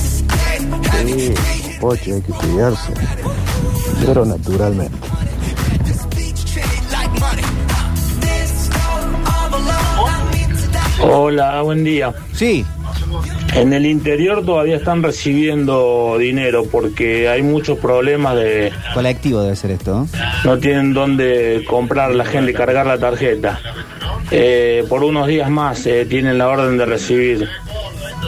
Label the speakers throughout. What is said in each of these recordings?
Speaker 1: Sí, Pochi, hay que cuidarse, pero naturalmente.
Speaker 2: Hola, buen día.
Speaker 3: Sí,
Speaker 2: En el interior todavía están recibiendo dinero porque hay muchos problemas de
Speaker 3: colectivo debe ser esto. ¿no?
Speaker 2: no tienen dónde comprar la gente, cargar la tarjeta. Eh, por unos días más eh, tienen la orden de recibir.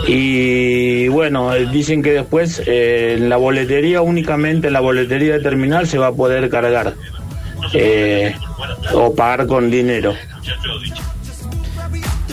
Speaker 2: Y bueno, eh, dicen que después eh, en la boletería, únicamente en la boletería de terminal se va a poder cargar eh, o pagar con dinero.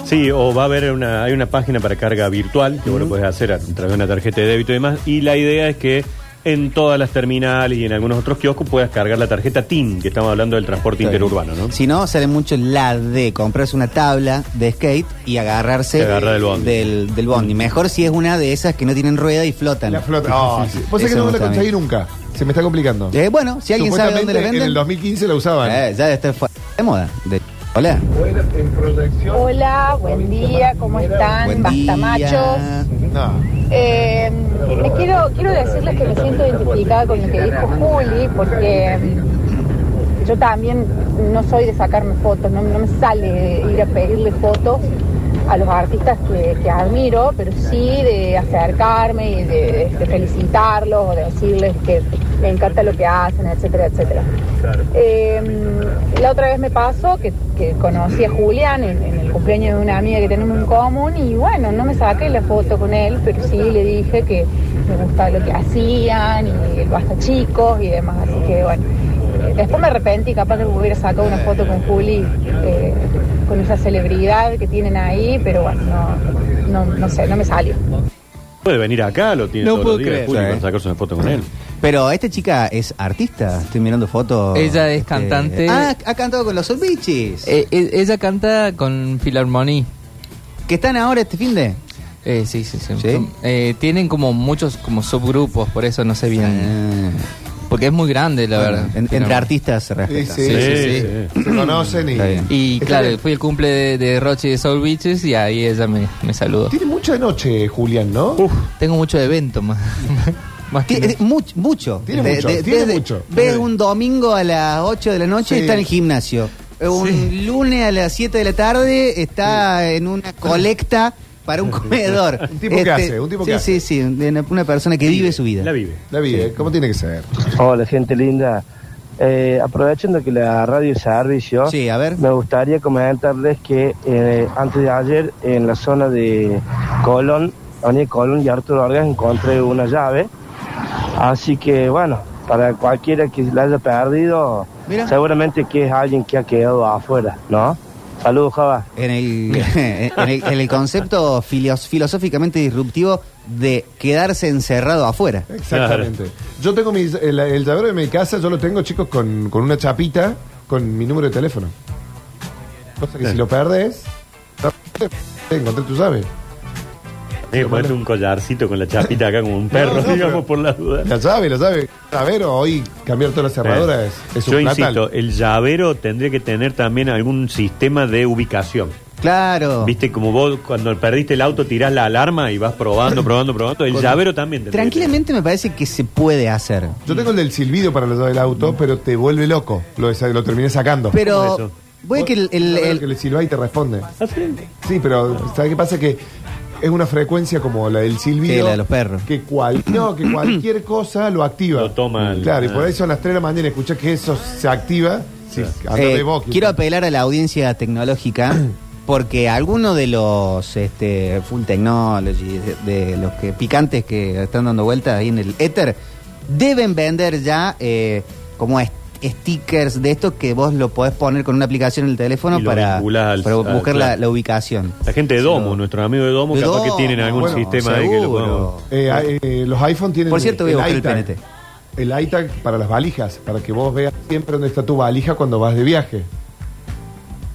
Speaker 4: Sí, o va a haber una, hay una página para carga virtual que vos lo podés hacer a través de una tarjeta de débito y demás. Y la idea es que en todas las terminales y en algunos otros kioscos puedas cargar la tarjeta TIN, que estamos hablando del transporte interurbano, ¿no?
Speaker 3: Si no, sale mucho la de comprarse una tabla de skate y agarrarse
Speaker 4: Y agarrar el bondi.
Speaker 3: del, del bondi. Mejor si es una de esas que no tienen rueda y flotan.
Speaker 5: La flota. Ah, sí. Vos
Speaker 3: Eso
Speaker 5: sabés que no
Speaker 3: me
Speaker 5: me
Speaker 3: gusta
Speaker 5: la
Speaker 3: a mí.
Speaker 5: conseguí nunca. Se me está complicando.
Speaker 3: Eh, bueno, si alguien sabe dónde la
Speaker 5: Supuestamente, En el
Speaker 3: venden,
Speaker 5: 2015 la usaban.
Speaker 3: eh, ya debe estar fuera de moda. De- hola.
Speaker 6: Hola, buen día, ¿cómo están?
Speaker 3: Buen
Speaker 6: Basta
Speaker 3: día.
Speaker 6: machos.
Speaker 5: No.
Speaker 6: Eh, les quiero, quiero decirles que me siento identificada con lo que dijo Juli, porque mm, yo también no soy de sacarme fotos, no, no me sale ir a pedirle fotos a los artistas que, que admiro, pero sí de acercarme y de, de felicitarlos o de decirles que me encanta lo que hacen, etcétera, etcétera. Eh, la otra vez me pasó que, que conocí a Julián en, en el cumpleaños de una amiga que tenemos en común y bueno, no me saqué la foto con él, pero sí le dije que me gustaba lo que hacían y el basta chicos y demás, así que bueno. eh, Después me arrepentí, capaz de hubiera sacado una foto con Juli, eh, con esa celebridad que tienen ahí, pero bueno, no, no, no sé, no me salió.
Speaker 4: Puede venir acá, lo tiene
Speaker 3: No
Speaker 4: todos
Speaker 3: puedo
Speaker 4: los días,
Speaker 3: creer.
Speaker 4: Juli,
Speaker 3: Sí.
Speaker 4: para sacarse una foto con él.
Speaker 3: Pero esta chica es artista. Estoy mirando fotos.
Speaker 7: Ella es
Speaker 3: este,
Speaker 7: cantante.
Speaker 3: Ah, ha cantado con los Solvichis.
Speaker 7: Eh, eh, ella canta con Philharmonie.
Speaker 3: que están ahora este fin de.
Speaker 7: Eh, sí, sí, sí.
Speaker 3: ¿Sí?
Speaker 7: Eh, tienen como muchos como subgrupos, por eso no sé bien. Porque es muy grande, la
Speaker 3: Eh, Bueno,
Speaker 7: verdad.
Speaker 3: en- entre
Speaker 7: Philharmonie.
Speaker 3: artistas se respeta.
Speaker 5: Sí,
Speaker 7: Sí, sí, sí.
Speaker 5: Se conocen y.
Speaker 3: Está bien.
Speaker 7: Y
Speaker 5: Está
Speaker 7: claro,
Speaker 5: bien.
Speaker 7: fui el cumple de, de Roche y de Soul Beaches y ahí ella me, me saludó.
Speaker 5: Tiene mucha noche, Julián, ¿no?
Speaker 4: Uf,
Speaker 7: Tengo mucho evento más. más que
Speaker 3: Ti- eh, much- mucho.
Speaker 5: Tiene mucho, tiene mucho.
Speaker 3: Ves un domingo a las 8 de la noche
Speaker 5: Sí.
Speaker 3: está en el gimnasio. Eh, Un lunes a las 7 de la tarde está en una colecta para un comedor. Este,
Speaker 5: Un tipo que hace, un tipo
Speaker 3: sí,
Speaker 5: que
Speaker 3: Sí,
Speaker 5: hace.
Speaker 3: sí, de una, una persona que vive su vida.
Speaker 4: la vive.
Speaker 5: La vida, eh, ¿cómo tiene que ser?
Speaker 8: Hola, gente linda. Eh, aprovechando que la radio es servicio,
Speaker 3: Sí, a ver.
Speaker 8: me gustaría comentarles que eh, antes de ayer en la zona de Colón, Avenida Colón y Arturo Vargas encontré una llave. Así que bueno, para cualquiera que la haya perdido,
Speaker 3: Mira.
Speaker 8: seguramente que es alguien que ha quedado afuera, ¿no? Saludos, Java.
Speaker 3: En el, en el, en el concepto filios- filosóficamente disruptivo de quedarse encerrado afuera.
Speaker 5: Exactamente. Yo tengo mis, el, el llavero de mi casa, yo lo tengo, chicos, con, con una chapita con mi número de teléfono. Cosa que si lo perdes, te encontré tu llave.
Speaker 4: Eh, ponete un collarcito con la chapita acá como un perro,
Speaker 5: No, no,
Speaker 4: digamos,
Speaker 5: pero-
Speaker 4: por la duda.
Speaker 5: La llave, la llave. Llavero, hoy cambiar todas las cerraduras
Speaker 4: Eh,
Speaker 5: es, es un
Speaker 4: Yo
Speaker 5: platal.
Speaker 4: insisto, el llavero tendría que tener también algún sistema de ubicación.
Speaker 3: Claro.
Speaker 4: Viste, como vos cuando perdiste el auto tirás la alarma y vas probando, probando, probando. El llavero también. tendría que tener.
Speaker 3: Tranquilamente me parece que se puede hacer.
Speaker 5: Yo tengo el del silbido para la llave del auto, pero te vuelve loco. Lo, sa- lo terminé sacando.
Speaker 4: ¿Cómo es
Speaker 3: Pero
Speaker 4: eso?
Speaker 3: voy que el- el-
Speaker 5: Yo veo
Speaker 3: el,
Speaker 5: que le silbás y te responde.
Speaker 4: Ah, sí.
Speaker 5: Sí, pero ¿sabes qué pasa? Que es una frecuencia como la del silbido.
Speaker 3: Sí, la de los perros.
Speaker 5: Que, cual, no, que cualquier cosa lo activa.
Speaker 4: Lo toma el-
Speaker 5: Claro, y
Speaker 4: ah.
Speaker 5: por ahí son las 3 de la mañana y escuchás que eso se activa. Sí, andá
Speaker 3: Eh,
Speaker 5: de vos,
Speaker 3: quiero
Speaker 5: quizás.
Speaker 3: apelar a la audiencia tecnológica porque algunos de los este, full technology, de, de los que picantes que están dando vueltas ahí en el éter, deben vender ya eh, como est- stickers de estos que vos lo podés poner con una aplicación en el teléfono
Speaker 4: Y lo
Speaker 3: para,
Speaker 4: vinculás al-
Speaker 3: para
Speaker 4: al-
Speaker 3: buscar la,
Speaker 4: claro.
Speaker 3: la ubicación.
Speaker 4: La gente de Domo,
Speaker 3: Sí.
Speaker 4: nuestro amigo de Domo,
Speaker 3: De
Speaker 4: capaz
Speaker 3: Domo,
Speaker 4: que tienen algún
Speaker 3: bueno,
Speaker 4: sistema de que lo
Speaker 3: seguro.
Speaker 4: podamos-
Speaker 5: Eh, ah, eh, los iPhone tienen.
Speaker 3: Por cierto, voy a buscar el
Speaker 5: iTag.
Speaker 3: PNT.
Speaker 5: El iTag para las valijas, para que vos veas siempre dónde está tu valija cuando vas de viaje.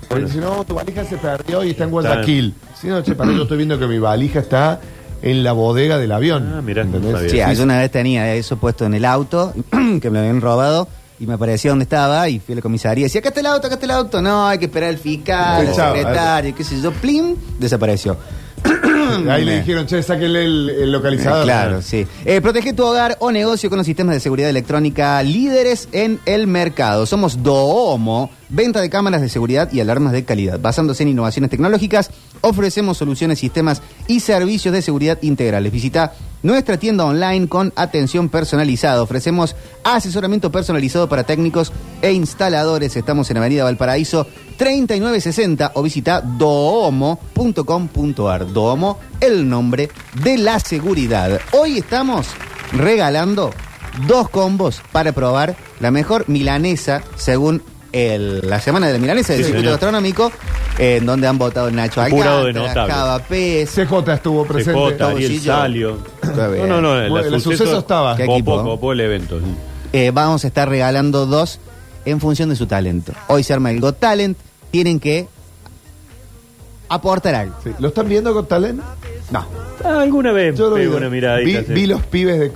Speaker 5: Porque si no, tu valija se perdió y está en Guayaquil. Si no, che, para yo estoy viendo que mi valija está en la bodega del avión.
Speaker 4: Ah, mirá,
Speaker 5: ¿Entendés?
Speaker 4: está bien.
Speaker 3: Sí, yo una vez tenía eso puesto en el auto, que me lo habían robado, y me aparecía donde estaba, y fui a la comisaría, y decía, acá está el auto, acá está el auto, no, hay que esperar al fiscal,
Speaker 5: Sí,
Speaker 3: al
Speaker 5: chao.
Speaker 3: secretario, qué sé yo, plim, desapareció.
Speaker 5: Ahí le dijeron, che, sáquenle el, el localizador.
Speaker 3: Eh, Claro, sí. Eh, protege tu hogar o negocio con los sistemas de seguridad electrónica líderes en el mercado. Somos Doomo, venta de cámaras de seguridad y alarmas de calidad. Basándose en innovaciones tecnológicas, ofrecemos soluciones, sistemas y servicios de seguridad integrales. Visita nuestra tienda online con atención personalizada. Ofrecemos asesoramiento personalizado para técnicos e instaladores. Estamos en Avenida Valparaíso 3960 o visita doomo.com.ar. Doomo, el nombre de la seguridad. Hoy estamos regalando dos combos para probar la mejor milanesa según el- la semana de la milanesa del
Speaker 4: Sí,
Speaker 3: circuito
Speaker 4: señor.
Speaker 3: gastronómico, eh, en donde han votado Nacho
Speaker 4: Un jurado de
Speaker 3: Alcántara,
Speaker 4: notables.
Speaker 3: Java Pez,
Speaker 5: CJ estuvo presente.
Speaker 4: CJ, Ariel
Speaker 3: Bolsillo.
Speaker 4: Salio.
Speaker 3: Está bien.
Speaker 4: No, no, no.
Speaker 5: Bueno, el suceso estaba.
Speaker 3: ¿Qué
Speaker 4: Copó,
Speaker 3: equipo?
Speaker 4: copó el evento. sí.
Speaker 3: Eh, vamos a estar regalando dos en función de su talento. Hoy se arma el Got Talent, tienen que aportar algo.
Speaker 5: Sí. ¿Lo están viendo con talento?
Speaker 3: No.
Speaker 4: Alguna vez
Speaker 5: Yo lo
Speaker 4: pegué
Speaker 5: vi.
Speaker 4: una miradita.
Speaker 5: vi,
Speaker 4: sí.
Speaker 5: vi los pibes de...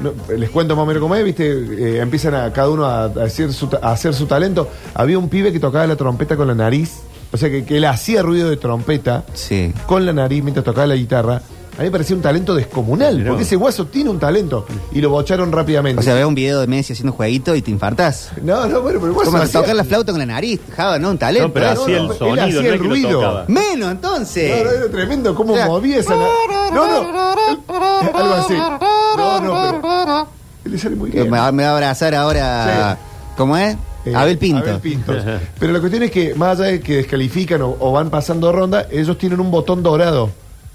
Speaker 5: no, les cuento más o menos cómo es, viste, eh, empiezan a cada uno a, a decir su ta- a hacer su talento. Había un pibe que tocaba la trompeta con la nariz, o sea que, que él hacía ruido de trompeta
Speaker 3: Sí.
Speaker 5: con la nariz mientras tocaba la guitarra. A mí me parecía un talento descomunal,
Speaker 4: Mirá.
Speaker 5: porque ese guaso tiene un talento. Y lo bocharon rápidamente.
Speaker 3: O sea, ve un video de Messi haciendo jueguito y te infartás.
Speaker 5: no, no, bueno, pero el guaso
Speaker 3: Como
Speaker 5: hacía-
Speaker 3: tocar la flauta con la nariz, Java, no, un talento.
Speaker 4: No, pero
Speaker 3: ¿eh?
Speaker 5: no,
Speaker 4: hacía
Speaker 5: no,
Speaker 4: el
Speaker 5: él
Speaker 4: sonido,
Speaker 5: hacía
Speaker 4: no es
Speaker 5: el
Speaker 4: que lo
Speaker 5: ruido. ¿eh?
Speaker 4: tocaba.
Speaker 3: Menos, entonces.
Speaker 5: No, no, era tremendo cómo
Speaker 3: O sea,
Speaker 5: movía esa na- No, no. él- Algo así. No, no, pero- él le sale muy bien.
Speaker 3: Me va, me va a abrazar ahora. ¿Cómo es?
Speaker 5: Eh,
Speaker 3: Abel Pinto.
Speaker 5: Abel Pinto. Pero la cuestión es que, más allá de que descalifican o, o van pasando ronda, ellos tienen un botón dorado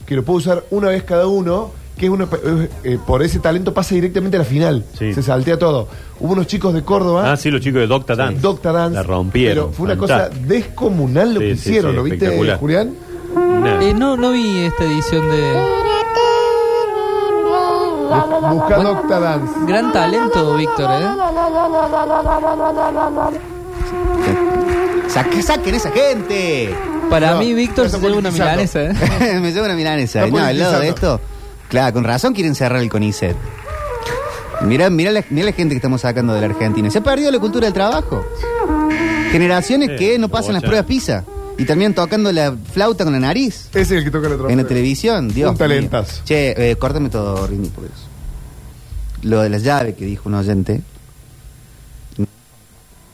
Speaker 5: que lo puede usar una vez cada uno, que es una, eh, eh, por ese talento pasa directamente a la final.
Speaker 4: Sí.
Speaker 5: Se saltea todo. Hubo unos chicos de Córdoba. eh,
Speaker 4: Ah, sí, los chicos de Docta Dance.
Speaker 5: Doctor Dance.
Speaker 4: La rompieron.
Speaker 5: Pero fue una
Speaker 4: Fantástico.
Speaker 5: cosa descomunal lo
Speaker 4: Sí,
Speaker 5: que
Speaker 4: sí,
Speaker 5: hicieron.
Speaker 4: sí,
Speaker 5: ¿Lo viste,
Speaker 4: espectacular.
Speaker 5: Julián?
Speaker 4: Nah.
Speaker 7: Eh, no, no vi esta edición de...
Speaker 5: Bu- Busca Doctor Dance.
Speaker 7: Gran talento, Víctor, ¿eh?
Speaker 3: Saque- ¡Saquen esa gente!
Speaker 7: Para
Speaker 5: No,
Speaker 7: mí, Víctor
Speaker 5: eso
Speaker 7: se lleva una
Speaker 5: politizando.
Speaker 7: milanesa, ¿eh?
Speaker 3: me llevo una milanesa. eh.
Speaker 5: Está
Speaker 3: No, al lado de
Speaker 5: politizando.
Speaker 3: esto. Claro, con razón quieren cerrar el CONICET. Mirá, mirá, la, mirá la gente que estamos sacando de la Argentina. Se ha perdido la cultura del trabajo. Generaciones
Speaker 4: Sí,
Speaker 3: que no
Speaker 4: lo
Speaker 3: pasan las
Speaker 4: bocha.
Speaker 3: pruebas PISA y terminan tocando la flauta con la nariz
Speaker 5: Ese es el que toca la
Speaker 3: en
Speaker 5: trompeta.
Speaker 3: la televisión. Dios
Speaker 5: Un
Speaker 3: mío.
Speaker 5: talentazo.
Speaker 3: Che, eh, córtame todo, Rini, por eso. Lo de la llave que dijo un oyente.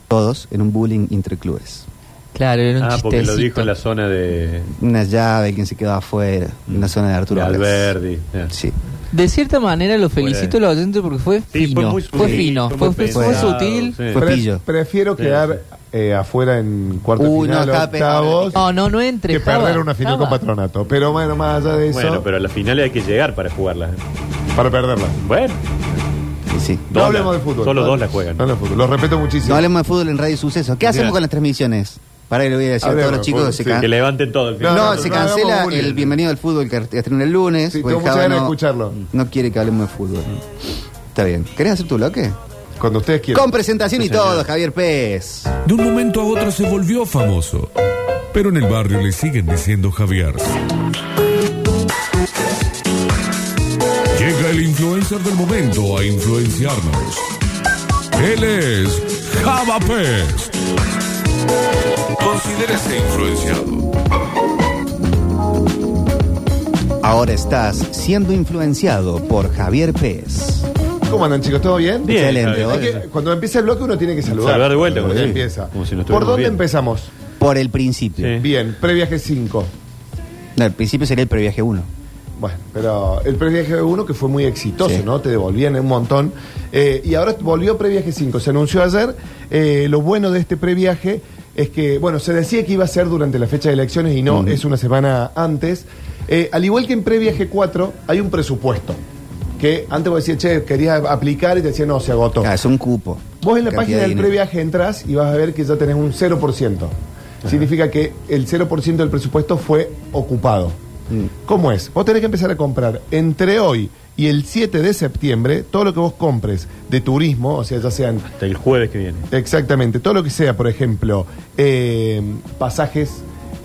Speaker 3: Todos en un bullying entre clubes.
Speaker 7: Claro, era un
Speaker 4: Ah, porque lo dijo
Speaker 7: chistecito.
Speaker 4: en la zona de,
Speaker 3: Una llave, quien se quedó afuera, en la
Speaker 5: Mm.
Speaker 3: zona de
Speaker 4: de
Speaker 3: Arturo Álvarez.
Speaker 4: Alberdi. nah.
Speaker 3: Sí.
Speaker 7: De cierta manera lo felicito a los oyentes porque fue
Speaker 4: Sí,
Speaker 7: fino.
Speaker 4: fue muy sutil,
Speaker 7: fino,
Speaker 4: fue
Speaker 7: fue,
Speaker 4: muy
Speaker 7: fue
Speaker 4: pensado,
Speaker 7: sutil.
Speaker 4: sí.
Speaker 3: Fue
Speaker 5: Pre-
Speaker 3: pillo.
Speaker 5: Prefiero
Speaker 4: Sí,
Speaker 5: quedar eh, afuera en cuarto
Speaker 3: Uy, no,
Speaker 5: final,
Speaker 3: estaba
Speaker 5: octavos.
Speaker 7: No, no, no entre.
Speaker 5: que
Speaker 7: Java,
Speaker 5: perder una final
Speaker 7: Java.
Speaker 5: con patronato. Pero bueno, más allá de eso,
Speaker 4: Bueno, pero a la final hay que llegar para jugarla.
Speaker 5: para perderla.
Speaker 4: Bueno,
Speaker 3: Sí, sí.
Speaker 5: No
Speaker 4: dos
Speaker 5: hablemos
Speaker 4: la-
Speaker 5: de fútbol.
Speaker 4: Solo
Speaker 5: No,
Speaker 4: dos la juegan.
Speaker 5: No hablemos de fútbol. Los respeto
Speaker 3: No
Speaker 5: muchísimo.
Speaker 3: hablemos de fútbol en Radio Suceso. ¿Qué hacemos
Speaker 4: Bien.
Speaker 3: con las transmisiones? Para que le voy a decir a todos
Speaker 5: Hablemos,
Speaker 3: los chicos que
Speaker 5: bueno,
Speaker 3: se
Speaker 5: sí,
Speaker 3: can-
Speaker 4: Que levanten todo el
Speaker 5: No,
Speaker 4: final.
Speaker 3: No,
Speaker 5: no,
Speaker 3: se
Speaker 5: no
Speaker 3: cancela
Speaker 5: hagamos bullying.
Speaker 3: el bienvenido al fútbol que estrena el lunes.
Speaker 5: Sí,
Speaker 3: porque
Speaker 5: tengo muchas
Speaker 3: Java
Speaker 5: ganas de
Speaker 3: no-
Speaker 5: escucharlo.
Speaker 3: No quiere que hablemos de fútbol. Está bien. ¿Querés hacer tu bloque?
Speaker 5: Cuando ustedes quieran.
Speaker 3: Con presentación y todo, Javier Pérez.
Speaker 9: De un momento a otro se volvió famoso. Pero en el barrio le siguen diciendo Javier. Llega el influencer del momento a influenciarnos. Él es Java Pérez. Considérese influenciado.
Speaker 3: Ahora estás siendo influenciado por Javier Pérez.
Speaker 5: ¿Cómo andan, chicos? ¿Todo bien?
Speaker 4: Bien,
Speaker 3: Excelente.
Speaker 5: Hay
Speaker 4: Javier.
Speaker 3: hoy.
Speaker 5: que- cuando empieza el bloque uno tiene que saludar.
Speaker 4: Saludar de vuelta, como
Speaker 5: Ahí
Speaker 4: si-
Speaker 5: empieza.
Speaker 4: como si no
Speaker 5: ¿Por
Speaker 4: estuviéramos
Speaker 5: dónde
Speaker 4: bien.
Speaker 5: empezamos?
Speaker 3: Por el principio.
Speaker 4: Sí.
Speaker 5: Bien, previaje 5.
Speaker 3: No, el principio sería el previaje 1.
Speaker 5: Bueno, pero el previaje 1 que fue muy exitoso,
Speaker 3: Sí.
Speaker 5: ¿no? Te devolvían un montón. Eh, y ahora volvió previaje 5. Se anunció ayer. Eh, lo bueno de este previaje es que, bueno, se decía que iba a ser durante la fecha de elecciones y no, es una semana antes. Eh, al igual que en previaje 4, hay un presupuesto. Que antes vos decías, che, querías aplicar y te decía, no, se agotó.
Speaker 3: Ah, es un cupo.
Speaker 5: Vos en la
Speaker 3: Cantidad
Speaker 5: página
Speaker 3: de
Speaker 5: del
Speaker 3: dinero.
Speaker 5: previaje entras y vas a ver que ya tenés un 0%. Significa que el 0% del presupuesto fue ocupado.
Speaker 3: Mm.
Speaker 5: ¿Cómo es? Vos tenés que empezar a comprar entre hoy y el 7 de septiembre todo lo que vos compres de turismo, o sea, ya sean
Speaker 4: Hasta el jueves que viene.
Speaker 5: Exactamente, todo lo que sea, por ejemplo, eh, pasajes,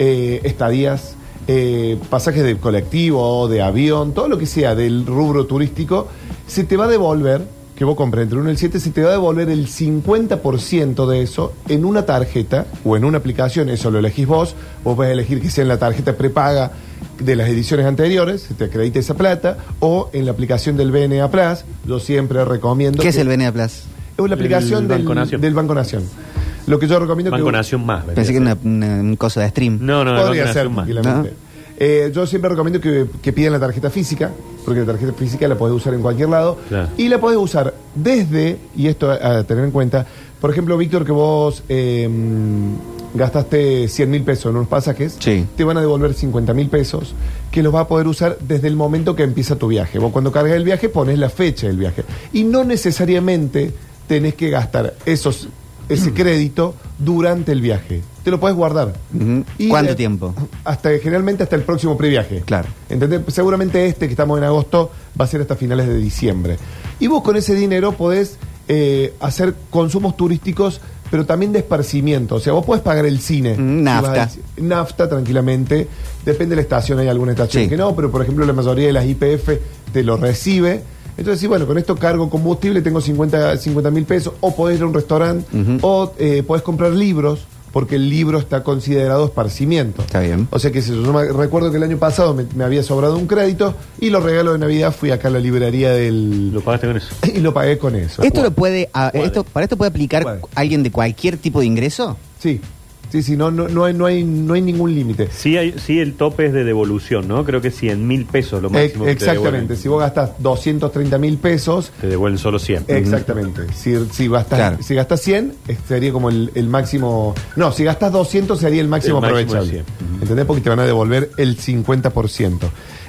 Speaker 5: eh, estadías, eh, pasajes de colectivo, de avión, todo lo que sea del rubro turístico, se te va a devolver que vos compres entre 1 y el 7, se te va a devolver el 50% de eso en una tarjeta o en una aplicación. Eso lo elegís vos. Vos podés elegir que sea en la tarjeta prepaga de las ediciones anteriores, se te acredita esa plata, o en la aplicación del BNA Plus. Yo siempre recomiendo.
Speaker 3: ¿Qué es
Speaker 4: eh,
Speaker 3: el BNA Plus?
Speaker 5: Es una aplicación
Speaker 4: El
Speaker 5: del,
Speaker 4: Banco Nación.
Speaker 5: del Banco Nación. Lo que yo recomiendo
Speaker 4: Banco
Speaker 5: que.
Speaker 4: Nación más. vendría
Speaker 3: Pensé que
Speaker 4: a
Speaker 3: era
Speaker 4: ser.
Speaker 3: una, una- una cosa de stream.
Speaker 4: No, no, el Banco
Speaker 5: Podría ser
Speaker 4: Nación más.
Speaker 5: tranquilamente. Eh, yo siempre recomiendo que, que pidan la tarjeta física, porque la tarjeta física la podés usar en cualquier lado.
Speaker 4: Claro.
Speaker 5: Y la podés usar desde, y esto a, a tener en cuenta, por ejemplo, Víctor, que vos eh, gastaste 100 mil pesos en unos pasajes,
Speaker 3: Sí.
Speaker 5: te van a devolver 50 mil pesos, que los vas a poder usar desde el momento que empieza tu viaje. Vos cuando cargas el viaje pones la fecha del viaje. Y no necesariamente tenés que gastar esos, ese crédito durante el viaje. Te lo podés guardar.
Speaker 3: Ujú.
Speaker 5: Y,
Speaker 3: ¿Cuánto
Speaker 5: eh,
Speaker 3: tiempo?
Speaker 5: Hasta generalmente hasta el próximo previaje.
Speaker 3: Claro.
Speaker 5: ¿Entendés? Seguramente este que estamos en agosto va a ser hasta finales de diciembre. Y vos con ese dinero podés eh, hacer consumos turísticos, pero también de esparcimiento. O sea, vos podés pagar el cine.
Speaker 3: Mm, nafta.
Speaker 5: Y vas al ci- Nafta, tranquilamente. Depende de la estación, hay alguna estación
Speaker 3: Sí.
Speaker 5: que no, pero por ejemplo la mayoría de las IPF te lo recibe. Entonces, sí, bueno, con esto cargo combustible, tengo 50 mil pesos, o podés ir a un restaurante,
Speaker 3: Ujú.
Speaker 5: o eh, podés comprar libros, porque el libro está considerado esparcimiento.
Speaker 3: Está bien.
Speaker 5: O sea que yo me- recuerdo que el año pasado me, me había sobrado un crédito y los regalos de Navidad fui acá a la librería del...
Speaker 4: Lo pagaste con eso.
Speaker 5: y lo pagué con eso.
Speaker 3: ¿Esto lo puede, a- esto, ¿Para esto puede aplicar
Speaker 5: Puede.
Speaker 3: alguien de cualquier tipo de ingreso?
Speaker 5: Sí, sí, sí, no, no, no, hay, no, hay, no hay ningún límite.
Speaker 4: Sí, hay, sí, el tope es de devolución, ¿no? Creo que 100 mil pesos lo
Speaker 5: Ex-
Speaker 4: máximo. que te
Speaker 5: exactamente,
Speaker 4: devuelven.
Speaker 5: si vos gastas 230 mil pesos...
Speaker 4: Te devuelven solo 100.
Speaker 5: Exactamente. Si, si, gastas,
Speaker 3: Claro.
Speaker 5: si gastas 100, eh, sería como el, el máximo. No, si gastas 200, sería el máximo
Speaker 4: El máximo de
Speaker 5: aprovechable.
Speaker 4: 100.
Speaker 5: ¿Entendés? Porque te van a devolver el 50%.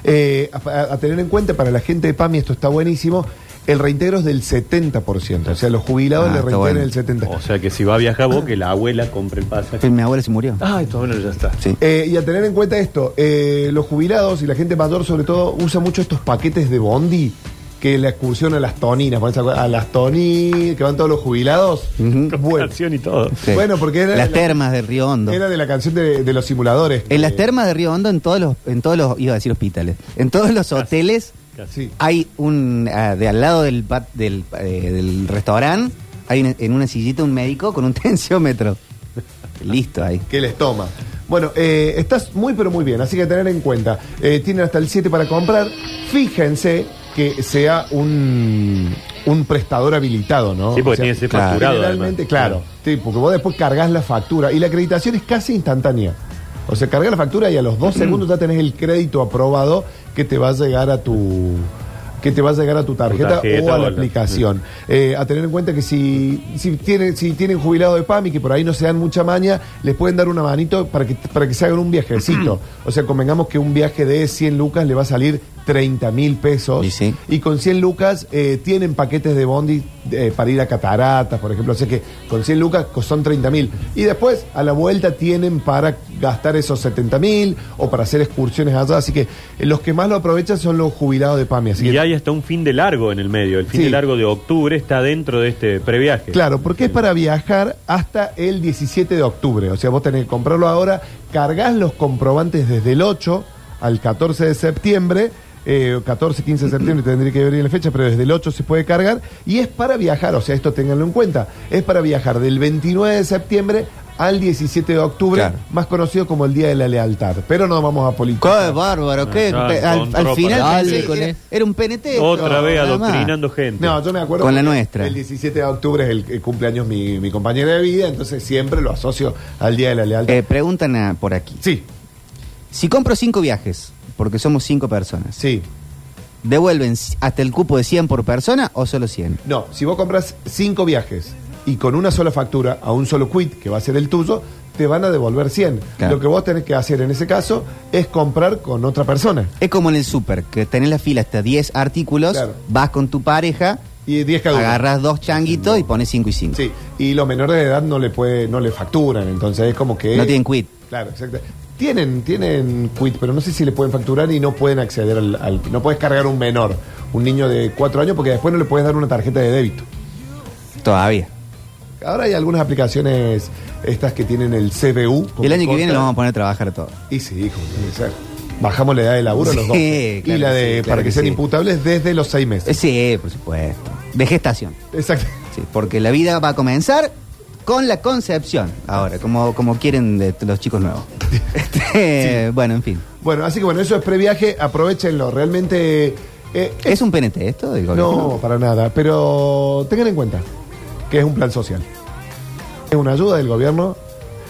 Speaker 5: Eh, a, a tener en cuenta para la gente de PAMI, esto está buenísimo. El reintegro es del 70%. O sea, los jubilados
Speaker 3: Ah,
Speaker 5: le
Speaker 3: está
Speaker 5: reintegran
Speaker 3: bueno.
Speaker 5: el 70%.
Speaker 4: O sea que si va a viajar vos, que la abuela compre el pasaje.
Speaker 3: Mi abuela se murió.
Speaker 4: Ah, esto bueno, ya está.
Speaker 3: Sí.
Speaker 5: Eh, y a tener en cuenta esto, eh, los jubilados y la gente mayor sobre todo usa mucho estos paquetes de bondi que la excursión a las toninas, ponés a a las toninas, que van todos los jubilados.
Speaker 4: Con
Speaker 5: Bueno,
Speaker 4: canción y todo.
Speaker 3: Sí.
Speaker 5: Bueno, porque era-
Speaker 3: las
Speaker 5: la-
Speaker 3: termas de Río Hondo.
Speaker 5: Era de la canción de, de los simuladores.
Speaker 3: En las
Speaker 5: Eh,
Speaker 3: termas de Río Hondo, en todos los, en todos los, iba a decir hospitales, en todos los hoteles
Speaker 5: Sí.
Speaker 3: hay un, ah, de al lado del, pat- del, eh, del restaurante, hay en, en una sillita un médico con un tensiómetro. Listo ahí.
Speaker 5: Que les toma. Bueno, eh, estás muy pero muy bien, así que tener en cuenta. Eh, tienen hasta el 7 para comprar. Fíjense que sea un, un prestador habilitado, ¿no?
Speaker 4: Sí, porque tiene que ser
Speaker 5: claro.
Speaker 4: facturado,
Speaker 5: Generalmente,
Speaker 4: además.
Speaker 5: claro. Sí, porque vos después cargas la factura y la acreditación es casi instantánea. O sea, cargas la factura y a los dos segundos ya tenés el crédito aprobado que te va a llegar a tu que te va a llegar a tu tarjeta,
Speaker 4: tarjeta
Speaker 5: o a
Speaker 4: o
Speaker 5: la
Speaker 4: la-
Speaker 5: aplicación. Eh, a tener en cuenta que si, si tienen, si tienen jubilado de PAMI, que por ahí no se dan mucha maña, les pueden dar una manito para que, para que se hagan un viajecito. O sea, convengamos que un viaje de 100 lucas le va a salir 30 mil pesos.
Speaker 3: Y sí.
Speaker 5: Y con 100 lucas eh, tienen paquetes de bondi eh, para ir a cataratas, por ejemplo. O sea que con 100 lucas co- son 30 mil. Y después a la vuelta tienen para gastar esos 70 mil o para hacer excursiones allá. Así que eh, los que más lo aprovechan son los jubilados de PAMI. Así que
Speaker 4: Y hay hasta un fin de largo en el medio. El fin
Speaker 5: Sí.
Speaker 4: de largo de octubre está dentro de este
Speaker 3: Eh,
Speaker 4: previaje.
Speaker 5: Claro, porque es para viajar hasta el 17 de octubre. O sea, vos tenés que comprarlo ahora, cargás los comprobantes desde el 8 al 14 de septiembre. eh, 14, 15 de septiembre tendría que ver bien la fecha, pero desde el 8 se puede cargar. Y es para viajar, o sea, esto ténganlo en cuenta. Es para viajar del 29 de septiembre al 17 de octubre,
Speaker 3: Claro.
Speaker 5: más conocido como el Día de la Lealtad. Pero no vamos a
Speaker 3: ¡Qué
Speaker 5: politizar.
Speaker 3: bárbaro! qué-
Speaker 4: Ah,
Speaker 3: pe- al,
Speaker 4: control
Speaker 3: al final
Speaker 4: para-
Speaker 3: pensé
Speaker 7: Dale
Speaker 3: que
Speaker 7: con
Speaker 3: era,
Speaker 7: eso.
Speaker 3: era un PNT.
Speaker 4: Otra vez
Speaker 3: nada más.
Speaker 4: adoctrinando gente.
Speaker 5: No, yo me acuerdo.
Speaker 3: Con la
Speaker 5: que
Speaker 3: nuestra.
Speaker 5: El 17 de octubre es el, el cumpleaños mi, mi compañera de vida, entonces siempre lo asocio al Día de la Lealtad.
Speaker 3: Eh, preguntan a- por aquí.
Speaker 5: Sí,
Speaker 3: Si compro cinco viajes, porque somos cinco personas,
Speaker 5: sí.
Speaker 3: ¿devuelven c- hasta el cupo de 100 por persona o solo 100?
Speaker 5: No, si vos compras cinco viajes y con una sola factura a un solo quit, que va a ser el tuyo, te van a devolver 100.
Speaker 3: Claro.
Speaker 5: Lo que vos tenés que hacer en ese caso es comprar con otra persona.
Speaker 3: Es como en el súper, que tenés la fila hasta 10 artículos,
Speaker 5: Claro.
Speaker 3: vas con tu pareja,
Speaker 5: Y 10 cada uno.
Speaker 3: agarras dos changuitos y pones 5 y 5.
Speaker 5: Sí, y los menores de edad no le puede, no le facturan, entonces es como que...
Speaker 3: No tienen quit.
Speaker 5: Claro, exacto. Tienen, tienen quit, pero no sé si le pueden facturar y no pueden acceder al, al- No puedes cargar un menor, un niño de 4 años, porque después no le puedes dar una tarjeta de débito.
Speaker 3: Todavía.
Speaker 5: Ahora hay algunas aplicaciones estas que tienen el CBU. como
Speaker 3: el año que
Speaker 5: corta.
Speaker 3: viene lo vamos a poner a trabajar todo.
Speaker 5: Y sí, como tiene que ser. Bajamos la edad de laburo a los
Speaker 3: Sí,
Speaker 5: dos. y
Speaker 3: claro
Speaker 5: la
Speaker 3: que
Speaker 5: de
Speaker 3: sí, claro
Speaker 5: para que
Speaker 3: que
Speaker 5: sean
Speaker 3: sí.
Speaker 5: imputables desde los seis meses.
Speaker 3: Eh, Sí, por supuesto. De gestación.
Speaker 5: Exacto.
Speaker 3: Sí, porque la vida va a comenzar con la concepción. Ahora, como, como quieren de- los chicos nuevos. Este, Bueno, en fin.
Speaker 5: Bueno, así que bueno, eso es previaje, aprovechenlo. Realmente eh,
Speaker 3: ¿Es un PNT esto del gobierno?
Speaker 5: No, para nada. Pero tengan en cuenta que es un plan social. Es una ayuda del gobierno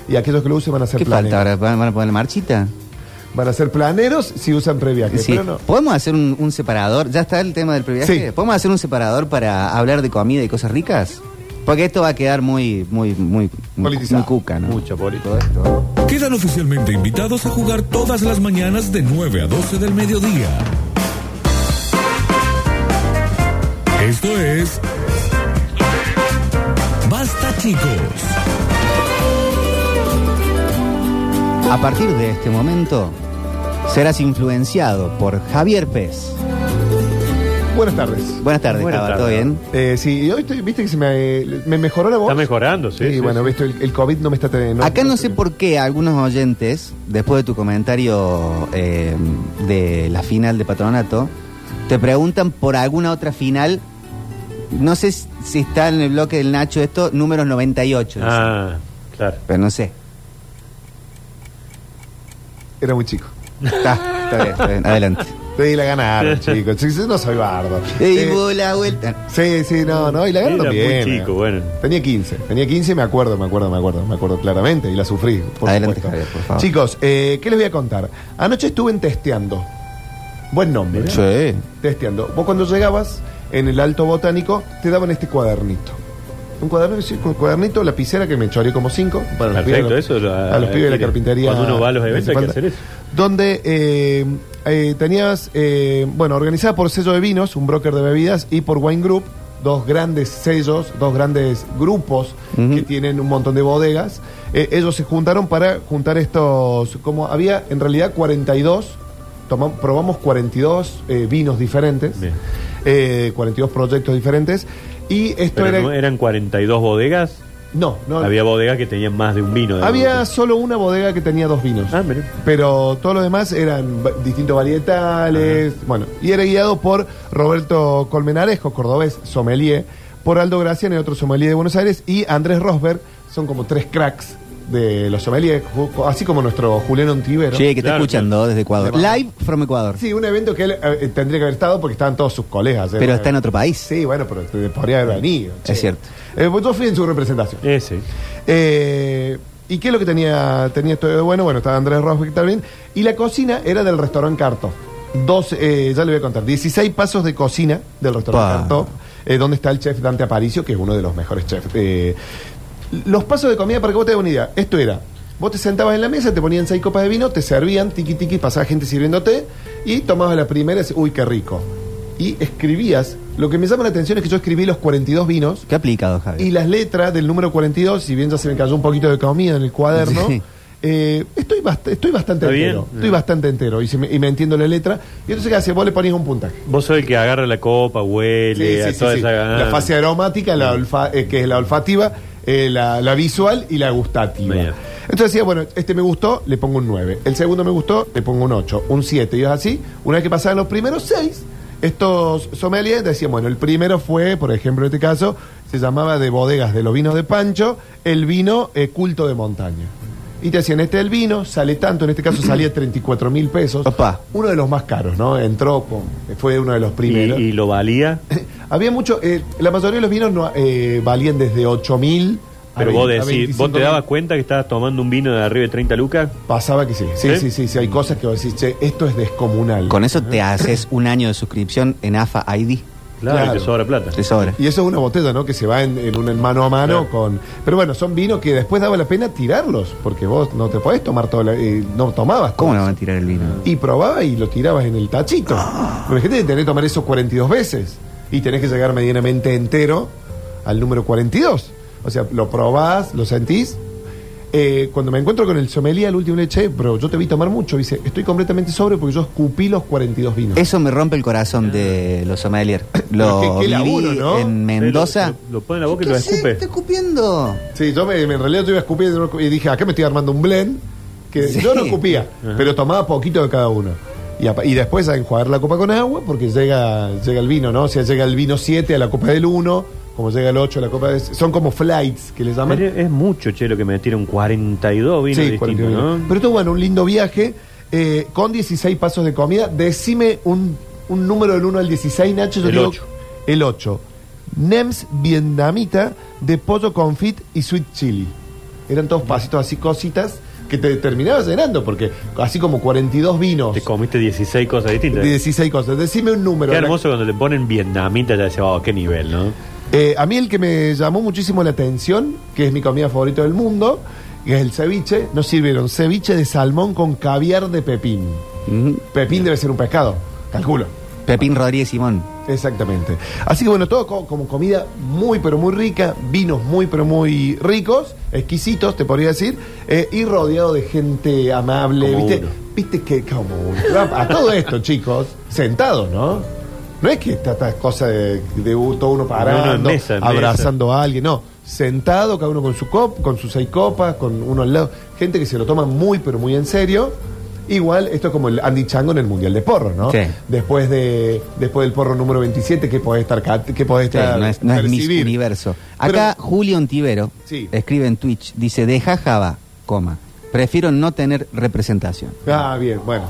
Speaker 5: y aquellos que lo usen van a ser
Speaker 3: ¿Qué
Speaker 5: planeros.
Speaker 3: falta ahora? ¿Van van a poner la marchita?
Speaker 5: Van a ser planeros si usan previaje.
Speaker 3: Sí.
Speaker 5: Eh, Pero no.
Speaker 3: ¿Podemos hacer un, un separador? ¿Ya está el tema del previaje?
Speaker 5: Sí.
Speaker 3: ¿Podemos hacer un separador para hablar de comida y cosas ricas? Porque esto va a quedar muy, muy, muy, muy,
Speaker 5: Politizado.
Speaker 3: muy cuca, ¿no?
Speaker 4: Mucho, Poli.
Speaker 5: ¿eh?
Speaker 9: Quedan oficialmente invitados a jugar todas las mañanas de 9 a 12 del mediodía. Esto es. Basta, chicos.
Speaker 3: A partir de este momento serás influenciado por Javier Pez.
Speaker 5: Buenas tardes.
Speaker 3: Buenas tardes,
Speaker 4: Buenas
Speaker 3: Java,
Speaker 4: tardes.
Speaker 3: ¿todo bien?
Speaker 5: Eh, sí, y hoy estoy- viste que se me, me mejoró la voz.
Speaker 4: Está mejorando, sí.
Speaker 5: Sí,
Speaker 4: sí,
Speaker 5: bueno,
Speaker 4: sí.
Speaker 5: viste, el, el COVID no me está teniendo.
Speaker 3: Acá no sé por qué algunos oyentes, después de tu comentario eh, de la final de Patronato, te preguntan por alguna otra final. No sé si está en el bloque del Nacho esto, números 98. dice.
Speaker 4: Ah, claro.
Speaker 3: Pero no sé.
Speaker 5: Era muy chico.
Speaker 3: Está, está bien, está bien. Adelante.
Speaker 5: Sí, la ganaron, chicos. Sí, sí, no soy bardo.
Speaker 3: Y
Speaker 5: Eh,
Speaker 3: vos la vuelta.
Speaker 5: Sí, sí, no, no, y la ganaron
Speaker 4: Era muy
Speaker 5: bien.
Speaker 4: chico, bueno.
Speaker 5: Tenía 15, tenía 15, me acuerdo, me acuerdo, me acuerdo, me acuerdo claramente, y la sufrí, por
Speaker 3: Adelante,
Speaker 5: supuesto.
Speaker 3: Javier, por favor.
Speaker 5: Chicos, eh, ¿qué les voy a contar? Anoche estuve en testeando. Buen nombre. ¿eh?
Speaker 3: Sí.
Speaker 5: Testeando. Vos cuando llegabas en el Alto Botánico, te daban este cuadernito. Un cuadernito, sí, un cuadernito, lapicera que me choré como cinco. Bueno, los
Speaker 4: Perfecto,
Speaker 5: pibes-
Speaker 4: eso lo-
Speaker 5: a los pibes de la carpintería.
Speaker 4: Cuando uno va a los
Speaker 5: me
Speaker 4: eventos
Speaker 5: hace
Speaker 4: hay que
Speaker 5: falta.
Speaker 4: hacer eso.
Speaker 5: Donde eh, eh, tenías, eh, bueno, organizada por Sello de Vinos, un broker de bebidas, y por Wine Group, dos grandes sellos, dos grandes grupos
Speaker 3: Ujú.
Speaker 5: que tienen un montón de bodegas. Eh, ellos se juntaron para juntar estos, como había en realidad 42, toma- probamos 42 eh, vinos diferentes,
Speaker 4: Bien.
Speaker 5: eh, 42 proyectos diferentes, y esto
Speaker 4: Pero
Speaker 5: era...
Speaker 4: no, eran 42 bodegas.
Speaker 5: no, no,
Speaker 4: Había bodegas que tenían más de un vino. de
Speaker 5: había
Speaker 4: repente.
Speaker 5: solo una bodega que tenía dos vinos.
Speaker 4: Ah, mira.
Speaker 5: Pero todos los demás eran va- distintos varietales. Bueno, y era guiado por Roberto Colmenarejo, cordobés, sommelier, por Aldo Gracián, el otro sommelier de Buenos Aires, y Andrés Rosberg, son como tres cracks de los sommeliers, ju- así como nuestro Julián Ontivero.
Speaker 3: Che, que está
Speaker 4: Claro,
Speaker 3: escuchando
Speaker 4: claro.
Speaker 3: desde Ecuador.
Speaker 5: De
Speaker 3: Live from Ecuador.
Speaker 5: Sí, un evento que él eh, tendría que haber estado porque estaban todos sus colegas. eh,
Speaker 3: Pero
Speaker 5: bueno.
Speaker 3: está en otro país.
Speaker 5: Sí, bueno, pero te- podría haber venido.
Speaker 3: Es
Speaker 5: che.
Speaker 3: cierto.
Speaker 5: Eh, pues yo fui en su representación.
Speaker 4: Ese.
Speaker 5: Eh, ¿Y qué es lo que tenía, tenía esto de bueno? Bueno, estaba Andrés Rosbeck también. Y la cocina era del restaurante Carto. Dos, eh, ya le voy a contar, 16 pasos de cocina del
Speaker 3: Pa.
Speaker 5: restaurante Carto, eh, donde está el chef Dante Aparicio, que es uno de los mejores chefs. Eh, los pasos de comida, para que vos te des una idea, esto era. Vos te sentabas en la mesa, te ponían seis copas de vino, te servían, tiqui tiqui, pasaba gente sirviéndote y tomabas la primera y decías, uy, qué rico. Y escribías. Lo que me llama la atención es que yo escribí los 42 vinos
Speaker 3: ¿Qué ha aplicado, Javier?
Speaker 5: y las letras del número 42, si bien ya se me cayó un poquito de comida en el cuaderno,
Speaker 3: Sí.
Speaker 5: eh, estoy, bast- estoy bastante
Speaker 4: ¿Está bien?
Speaker 5: entero. Estoy bastante entero y, se me, y me entiendo la letra. Y entonces, ¿qué hace? Vos le pones un puntaje.
Speaker 4: Vos sos el que agarra la copa, huele,
Speaker 5: Sí,
Speaker 4: a
Speaker 5: sí, sí,
Speaker 4: toda
Speaker 5: sí.
Speaker 4: esa ah,
Speaker 5: La fase aromática, la olfa- eh, que es la olfativa, eh, la, la visual y la gustativa.
Speaker 4: Bien.
Speaker 5: Entonces decía, bueno, este me gustó, le pongo un 9. El segundo me gustó, le pongo un 8, un 7. Y es así. Una vez que pasaban los primeros 6, estos sommeliers decían, bueno, el primero fue, por ejemplo, en este caso, se llamaba de bodegas de los vinos de Pancho, el vino eh, culto de montaña. Y te decían, este es el vino, sale tanto, en este caso salía 34 mil pesos.
Speaker 3: Opa.
Speaker 5: Uno de los más caros, ¿no? Entró, con- fue uno de los
Speaker 4: y,
Speaker 5: primeros.
Speaker 4: y lo valía.
Speaker 5: Había mucho, eh, la mayoría de los vinos no, eh, valían desde 8000 a
Speaker 4: Pero vos
Speaker 5: 20, a
Speaker 4: decís, vos te
Speaker 5: 25.000.
Speaker 4: dabas cuenta que estabas tomando un vino de arriba de 30 lucas.
Speaker 5: Pasaba que sí. Sí,
Speaker 4: ¿Eh?
Speaker 5: sí, sí, sí, Hay cosas que vos decís, che, esto es descomunal.
Speaker 3: Con eso te haces un año de suscripción en AFA ID.
Speaker 4: Claro,
Speaker 5: Claro.
Speaker 4: y te sobra plata.
Speaker 3: Te sobra.
Speaker 5: Y eso es una botella, ¿no? Que se va en, en un en mano a mano
Speaker 4: Claro.
Speaker 5: con. Pero bueno, son vinos que después daba la pena tirarlos, porque vos no te podés tomar todo. la- eh, no tomabas.
Speaker 3: ¿Cómo
Speaker 5: todo
Speaker 3: no van a
Speaker 5: eso.
Speaker 3: tirar el vino?
Speaker 5: Y probaba y lo tirabas en el tachito. Pero gente tenés que tomar eso 42 veces. Y tenés que llegar medianamente entero al número 42. O sea, lo probás, lo sentís. Eh, cuando me encuentro con el sommelier, el último le eché, pero yo te vi tomar mucho. Dice, estoy completamente sobre porque yo escupí los 42 vinos.
Speaker 3: Eso me rompe el corazón de los sommeliers. Lo
Speaker 5: Pero Ah, qué- qué
Speaker 3: viví
Speaker 5: laburo, ¿no?
Speaker 3: en Mendoza.
Speaker 4: Lo, lo, lo pone en la boca y
Speaker 3: ¿Qué
Speaker 4: lo
Speaker 3: haces?
Speaker 5: este
Speaker 4: escupe.
Speaker 3: Está escupiendo.
Speaker 5: Sí, yo me, me- en realidad yo iba a escupir y dije, acá me estoy armando un blend. que
Speaker 3: Sí.
Speaker 5: yo no escupía, pero tomaba poquito de cada uno. Y, apa- y después a enjuagar la copa con agua, porque llega, llega el vino, ¿no? O sea, llega el vino 7 a la copa del 1, como llega el 8 a la copa del... Son como flights que les llaman.
Speaker 4: Es, es mucho, che, lo que me metieron. 42 vinos
Speaker 5: Sí,
Speaker 4: distintos,
Speaker 5: 41.
Speaker 4: ¿no?
Speaker 5: Pero estuvo bueno, un lindo viaje eh, con 16 pasos de comida. Decime un, un número del 1 al 16, Nacho.
Speaker 4: El
Speaker 5: digo-
Speaker 4: ocho.
Speaker 5: El 8. Nems vietnamita de pollo confit y sweet chili. Eran todos
Speaker 4: Mm.
Speaker 5: pasitos así, cositas que te terminabas llenando, porque así como 42 vinos,
Speaker 4: Te comiste 16 cosas distintas.
Speaker 5: 16 cosas. Decime un número.
Speaker 4: Qué hermoso cuando te ponen vietnamita, ya dices, oh, qué nivel, ¿no?
Speaker 5: Eh, a mí el que me llamó muchísimo la atención, que es mi comida favorita del mundo, que es el ceviche, nos sirvieron ceviche de salmón con caviar de pepín. Pepín debe ser un pescado, calculo.
Speaker 3: Pepín Rodríguez Simón.
Speaker 5: Exactamente. Así que bueno, todo co- como comida muy pero muy rica, vinos muy pero muy ricos, exquisitos, te podría decir, eh, y rodeado de gente amable,
Speaker 4: Como
Speaker 5: ¿viste?
Speaker 4: uno.
Speaker 5: ¿Viste que como uno? A todo esto, chicos, sentados, ¿no? No es que esta, esta cosa de, de u- todo uno parando,
Speaker 4: No, no, en mesa, en
Speaker 5: abrazando a alguien, no. Sentado, cada uno con su cop, con sus seis copas, con uno al lado. Gente que se lo toma muy pero muy en serio. Igual, esto es como el Andy Chango en el Mundial de Porro, ¿no?
Speaker 3: Sí.
Speaker 5: Después de después del porro número 27, que podés estar cat- que podés
Speaker 3: Sí,
Speaker 5: estar
Speaker 3: Este, no es, no es Miss
Speaker 5: percibir?
Speaker 3: Universo. Acá
Speaker 5: Este, Pero-
Speaker 3: Julio Ontivero
Speaker 5: Sí.
Speaker 3: escribe en Twitch, dice, deja Java, coma. Prefiero no tener representación.
Speaker 5: Ah, bien, bueno.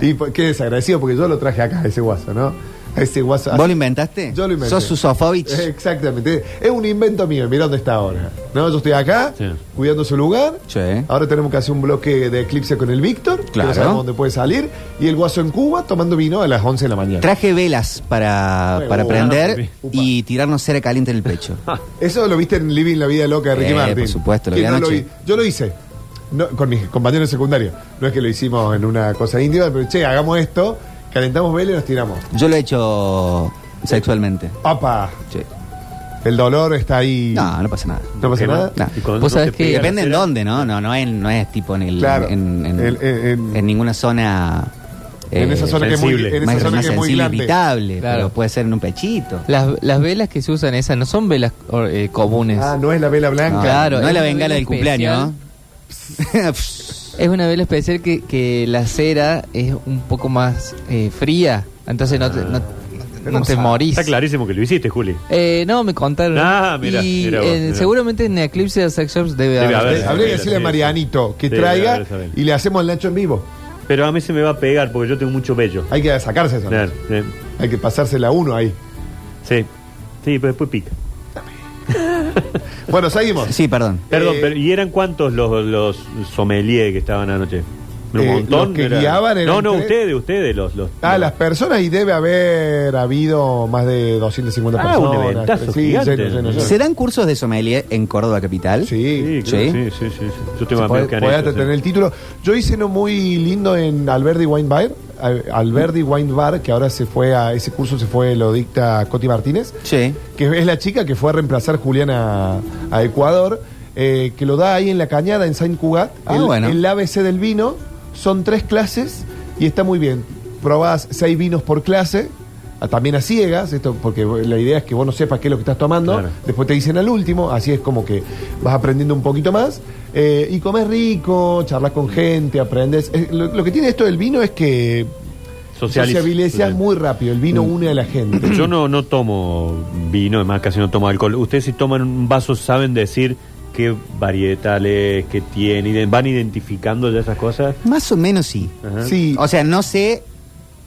Speaker 5: Y po- qué desagradecido porque yo lo traje acá, ese guaso, ¿no? A Ese guaso.
Speaker 3: ¿Vos lo inventaste?
Speaker 5: Ah, Yo lo inventé. Eh.
Speaker 3: ¿Sos Susofovich?
Speaker 5: Exactamente. Es un invento mío, mirá dónde está ahora. No, yo estoy acá,
Speaker 4: Sí.
Speaker 5: cuidando su lugar.
Speaker 3: Sí.
Speaker 5: Ahora tenemos que hacer un bloque de eclipse con el Víctor, que no
Speaker 3: Claro.
Speaker 5: sabemos dónde puede salir. Y el guaso en Cuba tomando vino a las 11 de la mañana.
Speaker 3: Traje velas para,
Speaker 5: Bueno,
Speaker 3: para
Speaker 5: bueno,
Speaker 3: prender
Speaker 5: upa.
Speaker 3: y tirarnos cera caliente en el pecho.
Speaker 5: Eso lo viste en Living la Vida Loca de Ricky
Speaker 3: Eh,
Speaker 5: Martin.
Speaker 3: por supuesto, lo
Speaker 5: Que
Speaker 3: vi
Speaker 5: no
Speaker 3: anoche.
Speaker 5: hi- yo lo hice no, con mis compañeros secundarios. No es que lo hicimos en una cosa íntima, pero che, hagamos esto, calentamos vela y nos tiramos.
Speaker 3: Yo lo he hecho sexualmente.
Speaker 5: ¡Apa!
Speaker 3: Sí.
Speaker 5: El dolor está ahí.
Speaker 3: No, no pasa nada.
Speaker 5: ¿No pasa
Speaker 4: Quema.
Speaker 5: nada?
Speaker 3: No.
Speaker 4: Y cuando
Speaker 7: Vos
Speaker 4: no
Speaker 7: sabés
Speaker 4: te
Speaker 7: que-
Speaker 4: pega la
Speaker 3: Depende en
Speaker 4: cera,
Speaker 3: dónde, ¿no? No, no, es, no es tipo en, el,
Speaker 5: Claro.
Speaker 3: en, en-
Speaker 5: El- eh, en- en-
Speaker 3: en ninguna zona...
Speaker 5: en
Speaker 3: eh,
Speaker 5: esa zona que es muy,
Speaker 4: sensible.
Speaker 5: en esa
Speaker 3: más,
Speaker 5: zona
Speaker 3: más
Speaker 5: que es muy
Speaker 3: sensible,
Speaker 5: grande.
Speaker 3: irritable,
Speaker 7: Claro.
Speaker 3: pero puede ser en un pechito.
Speaker 7: Las, las velas que se usan esas no son velas or- eh, comunes.
Speaker 5: Ah, no es la vela
Speaker 3: No,
Speaker 5: blanca.
Speaker 7: Claro,
Speaker 3: no es
Speaker 7: es
Speaker 3: la
Speaker 7: una
Speaker 3: bengala
Speaker 7: vela
Speaker 3: del cumpleaños, ¿no?
Speaker 7: Es una vela especial que, que la cera es un poco más eh, fría, entonces no te, no, no te morís.
Speaker 4: Está clarísimo que lo hiciste, Juli.
Speaker 7: Eh, no, me contaron.
Speaker 4: Ah, mira,
Speaker 7: y
Speaker 4: mira vos,
Speaker 7: eh,
Speaker 4: mira.
Speaker 7: seguramente en Eclipse de Sex Shops debe,
Speaker 4: Debe
Speaker 7: haber.
Speaker 4: haber.
Speaker 5: Eh, Habría que
Speaker 4: Sí,
Speaker 5: decirle a
Speaker 4: sí,
Speaker 5: Marianito que
Speaker 4: sí,
Speaker 5: traiga
Speaker 4: sí, sí, sí.
Speaker 5: y le hacemos el Nacho en vivo.
Speaker 4: Pero a mí se me va a pegar porque yo tengo mucho vello.
Speaker 5: Hay que sacarse eso.
Speaker 4: Claro, eh,
Speaker 5: Hay que pasársela a uno ahí.
Speaker 4: Sí. Sí, pero después pica.
Speaker 5: Bueno, seguimos.
Speaker 3: sí, perdón.
Speaker 4: Perdón,
Speaker 5: Eh,
Speaker 4: pero ¿y eran cuántos los, los sommeliers que estaban anoche? Un
Speaker 5: Eh,
Speaker 4: montón.
Speaker 5: los que
Speaker 4: Era-
Speaker 5: guiaban eran
Speaker 4: No, no,
Speaker 5: tres.
Speaker 4: ustedes, ustedes, los. los
Speaker 5: Ah,
Speaker 4: los-
Speaker 5: las personas y debe haber habido más de 250
Speaker 4: Ah, un
Speaker 5: personas.
Speaker 4: eventazo
Speaker 5: sí,
Speaker 4: gigante.
Speaker 5: lleno, lleno, lleno.
Speaker 3: ¿Se dan cursos de sommelier en Córdoba Capital?
Speaker 5: Sí.
Speaker 4: Sí, claro,
Speaker 3: Sí.
Speaker 4: sí, sí, sí, sí. Yo tengo amigos
Speaker 5: Podés
Speaker 4: que han
Speaker 5: podés
Speaker 4: hecho,
Speaker 5: hasta
Speaker 4: sí.
Speaker 5: tener el título. Yo hice uno muy lindo en Alberdi Wine Bar, Al- Alberdi Wine Bar, que ahora se fue a ese curso se fue lo dicta Coti Martínez,
Speaker 3: Sí.
Speaker 5: que es la chica que fue a reemplazar Julián a, a Ecuador, eh, que lo da ahí en la cañada en Saint Cugat,
Speaker 3: Ah,
Speaker 5: el,
Speaker 3: bueno.
Speaker 5: el ABC del vino, son tres clases y está muy bien. Probás seis vinos por clase, a- también a ciegas, esto porque la idea es que vos no sepas qué es lo que estás tomando,
Speaker 4: Claro.
Speaker 5: después te dicen al último, así es como que vas aprendiendo un poquito más, eh, y comes rico, charlas con gente, aprendes. Eh, lo, lo que tiene esto del vino es que
Speaker 4: Socializa.
Speaker 5: sociabilizas
Speaker 4: Sí.
Speaker 5: muy rápido, el
Speaker 3: Mm.
Speaker 5: vino une a la gente.
Speaker 4: Yo no, no tomo vino, además casi no tomo alcohol. Ustedes si toman un vaso saben decir qué varietales, qué tiene, y de- van identificando ya esas cosas.
Speaker 3: Más o menos sí.
Speaker 4: Ajá.
Speaker 5: Sí.
Speaker 3: O sea, no sé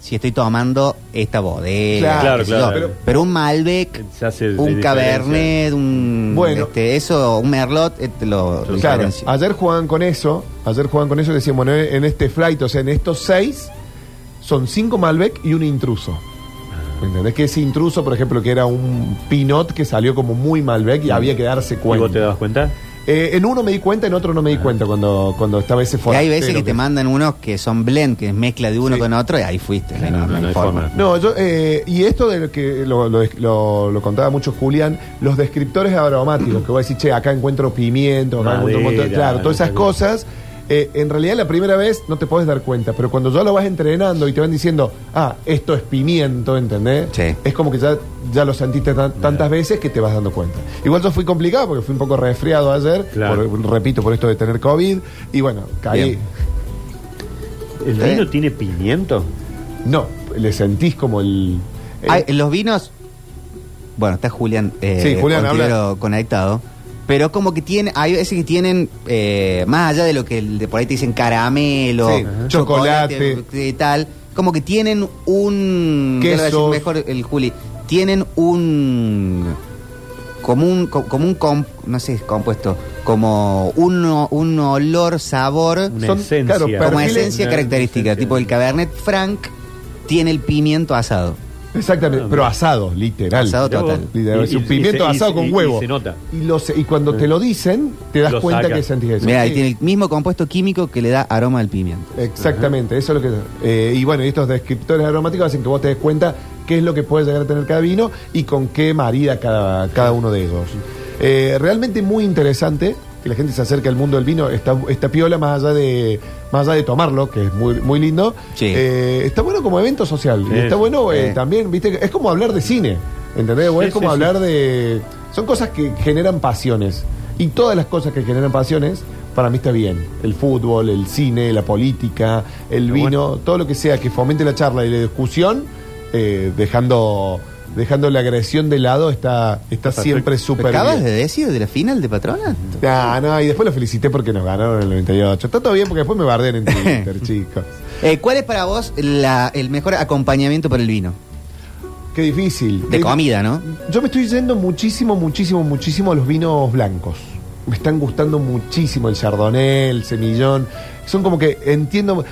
Speaker 3: si estoy tomando esta bodega.
Speaker 5: Claro,
Speaker 3: qué sé
Speaker 4: claro,
Speaker 3: yo,
Speaker 4: claro.
Speaker 3: Pero un Malbec,
Speaker 4: Se hace de
Speaker 3: un
Speaker 4: diferencia.
Speaker 3: Cabernet, un.
Speaker 5: Bueno.
Speaker 3: este, eso, un Merlot, eh, te lo lo
Speaker 5: Claro,
Speaker 3: diferencio.
Speaker 5: ayer jugaban con eso, ayer jugaban con eso y decían, bueno, en este flight, o sea, en estos seis, son cinco Malbec y un intruso.
Speaker 4: Ah.
Speaker 5: ¿Me entendés? Que ese intruso, por ejemplo, que era un pinot que salió como muy Malbec y había que darse
Speaker 4: ¿Y vos te Ah.
Speaker 5: cuenta.
Speaker 4: das cuenta?
Speaker 5: Eh, en uno me di cuenta, en otro no me di cuenta cuando, cuando estaba ese
Speaker 3: Y
Speaker 5: forastero.
Speaker 3: hay veces que te mandan unos que son blend, que es mezcla de uno
Speaker 5: Sí.
Speaker 3: con otro, y ahí fuiste. ahí
Speaker 4: No, no, no hay forma.
Speaker 5: No, yo, eh, y esto de lo que lo, lo- lo- lo contaba mucho Julián, los descriptores aromáticos, que voy a decir, che, acá encuentro pimiento, acá encuentro un montón-
Speaker 4: Madera,
Speaker 5: claro, todas esas
Speaker 4: no sé
Speaker 5: cosas, eh, en realidad la primera vez no te puedes dar cuenta, pero cuando ya lo vas entrenando y te van diciendo, ah, esto es pimiento, ¿entendés?
Speaker 3: Sí.
Speaker 5: Es como que ya, ya lo sentiste tan- tantas veces que te vas dando cuenta. Igual yo fui complicado porque fui un poco resfriado ayer,
Speaker 4: Claro.
Speaker 5: por- repito, por esto de tener COVID, y bueno, caí.
Speaker 3: Bien.
Speaker 4: ¿El
Speaker 3: ¿Eh?
Speaker 4: vino tiene pimiento?
Speaker 5: No, le sentís como el... el-
Speaker 3: Ay, los vinos. Bueno, está Julián, eh,
Speaker 5: Sí, Julián,
Speaker 3: Ontiveros conectado. Pero como que tiene, hay veces que tienen, eh, más allá de lo que el de por ahí te dicen caramelo,
Speaker 5: Sí, ajá. chocolate.
Speaker 3: y tal, como que tienen un. ya lo voy a decir
Speaker 5: Quesos.
Speaker 3: Mejor el Juli. Tienen un. Como un, co- como un comp- no sé, compuesto, como un, o- un olor, sabor.
Speaker 4: Una
Speaker 5: Son-
Speaker 4: esencia.
Speaker 5: claro,
Speaker 3: Como
Speaker 5: perfiles-
Speaker 3: esencia
Speaker 4: Una
Speaker 3: característica,
Speaker 4: esencia.
Speaker 3: tipo el Cabernet Franc tiene el pimiento asado.
Speaker 5: Exactamente, pero asado, literal.
Speaker 3: Asado total.
Speaker 5: Literal,
Speaker 4: Y-
Speaker 5: es un
Speaker 4: y-
Speaker 5: pimiento
Speaker 4: y se-
Speaker 5: asado
Speaker 4: y-
Speaker 5: con
Speaker 4: y-
Speaker 5: huevo.
Speaker 4: y se nota. Eh.
Speaker 5: Y, lo se- y cuando te lo dicen, te das
Speaker 4: Lo
Speaker 5: cuenta
Speaker 4: saca.
Speaker 5: que sentís eso.
Speaker 3: Mira, ahí
Speaker 5: Sí.
Speaker 3: tiene el mismo compuesto químico que le da aroma al pimiento.
Speaker 5: Exactamente, eso es lo que. eh, y bueno, y estos descriptores aromáticos hacen que vos te des cuenta qué es lo que puede llegar a tener cada vino y con qué marida cada, cada uno de ellos. Eh, realmente muy interesante que la gente se acerque al mundo del vino. Esta, esta piola, más allá de más allá de tomarlo, que es muy, muy lindo,
Speaker 3: Sí.
Speaker 5: eh, está bueno como evento social. y
Speaker 4: Sí.
Speaker 5: está bueno eh,
Speaker 3: Sí.
Speaker 5: también, ¿viste? Es como hablar de cine, ¿entendés? O
Speaker 4: Sí,
Speaker 5: es como
Speaker 4: sí, sí.
Speaker 5: hablar de. Son cosas que generan pasiones. Y todas las cosas que generan pasiones, para mí está bien. El fútbol, el cine, la política, el
Speaker 4: Pero
Speaker 5: vino, todo lo que sea que fomente la charla y la discusión, eh, dejando, dejando la agresión de lado, está, está siempre súper
Speaker 3: ¿Acabas
Speaker 5: bien.
Speaker 3: de decir de la final de Patrona?
Speaker 5: Ah, no, y después lo felicité porque nos ganaron en el 98. Está todo bien porque después me barden en Twitter, chicos.
Speaker 3: Eh, ¿Cuál es para vos la- el mejor acompañamiento para el vino?
Speaker 5: Qué difícil.
Speaker 3: De
Speaker 5: Qué-
Speaker 3: comida, ¿no?
Speaker 5: Yo me estoy yendo muchísimo, muchísimo, muchísimo a los vinos blancos. Me están gustando muchísimo el chardonnay, el semillón. Son como que entiendo.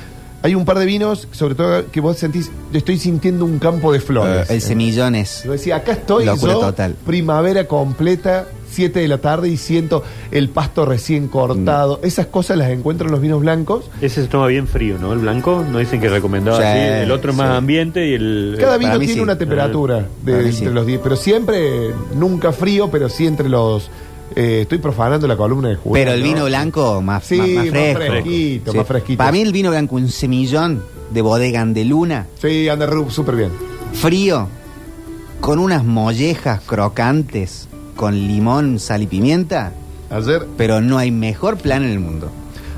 Speaker 5: Hay un par de vinos, sobre todo que vos sentís, yo estoy sintiendo un campo de flores.
Speaker 3: El semillón es.
Speaker 5: Yo decía, acá estoy
Speaker 3: Eh, Locura
Speaker 5: yo,
Speaker 3: total.
Speaker 5: primavera completa, 7 de la tarde y siento el pasto recién cortado.
Speaker 3: Mm.
Speaker 5: Esas cosas las encuentro en los vinos blancos.
Speaker 4: Ese se toma bien frío, ¿no? El blanco, no dicen que recomendaba
Speaker 3: Sí,
Speaker 4: así. El otro es más
Speaker 3: sí.
Speaker 4: ambiente y el.
Speaker 5: Cada
Speaker 4: eh,
Speaker 5: vino
Speaker 3: para mí
Speaker 5: tiene
Speaker 3: sí.
Speaker 5: una temperatura de,
Speaker 3: Para mí
Speaker 5: entre
Speaker 3: sí.
Speaker 5: los 10, pero siempre, nunca frío, pero sí entre los... eh, estoy profanando la columna de jugo.
Speaker 3: Pero el vino blanco más,
Speaker 5: Sí,
Speaker 3: más, más
Speaker 5: más
Speaker 3: fresco.
Speaker 5: fresquito, más fresquito.
Speaker 3: Para mí el vino blanco, un semillón de bodega de luna,
Speaker 5: Sí, anda ru- súper bien.
Speaker 3: frío, con unas mollejas crocantes, con limón, sal y pimienta,
Speaker 5: Ayer,
Speaker 3: pero no hay mejor plan en el mundo.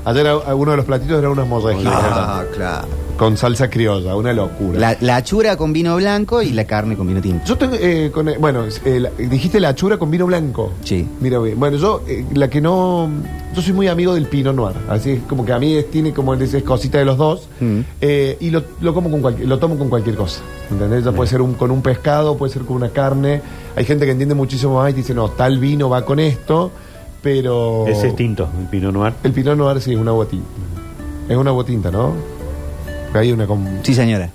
Speaker 5: ayer a- a uno de los platitos era unas morrejitas
Speaker 3: Ah. claro.
Speaker 5: con salsa criolla, una locura.
Speaker 3: La, la achura con vino blanco y la carne con vino tinto.
Speaker 5: Yo tengo, eh, con, eh, bueno, es- eh, la- dijiste la achura con vino blanco.
Speaker 3: Sí.
Speaker 5: Mira, bien. bueno, yo, eh, la que no, yo soy muy amigo del Pinot Noir, así es como que a mí es- tiene como esa cosita de los dos,
Speaker 3: Mm.
Speaker 5: eh, y lo, lo como con cualquier, lo tomo con cualquier cosa, ¿entendés? Ya puede ser un- con un pescado, puede ser con una carne, hay gente que entiende muchísimo más y te dice, no, tal vino va con esto, pero...
Speaker 4: Ese
Speaker 3: este.
Speaker 4: es tinto, el Pinot Noir.
Speaker 5: El Pinot Noir sí es una botinta, es una botinta, ¿no? Hay una con...
Speaker 3: Sí, señora.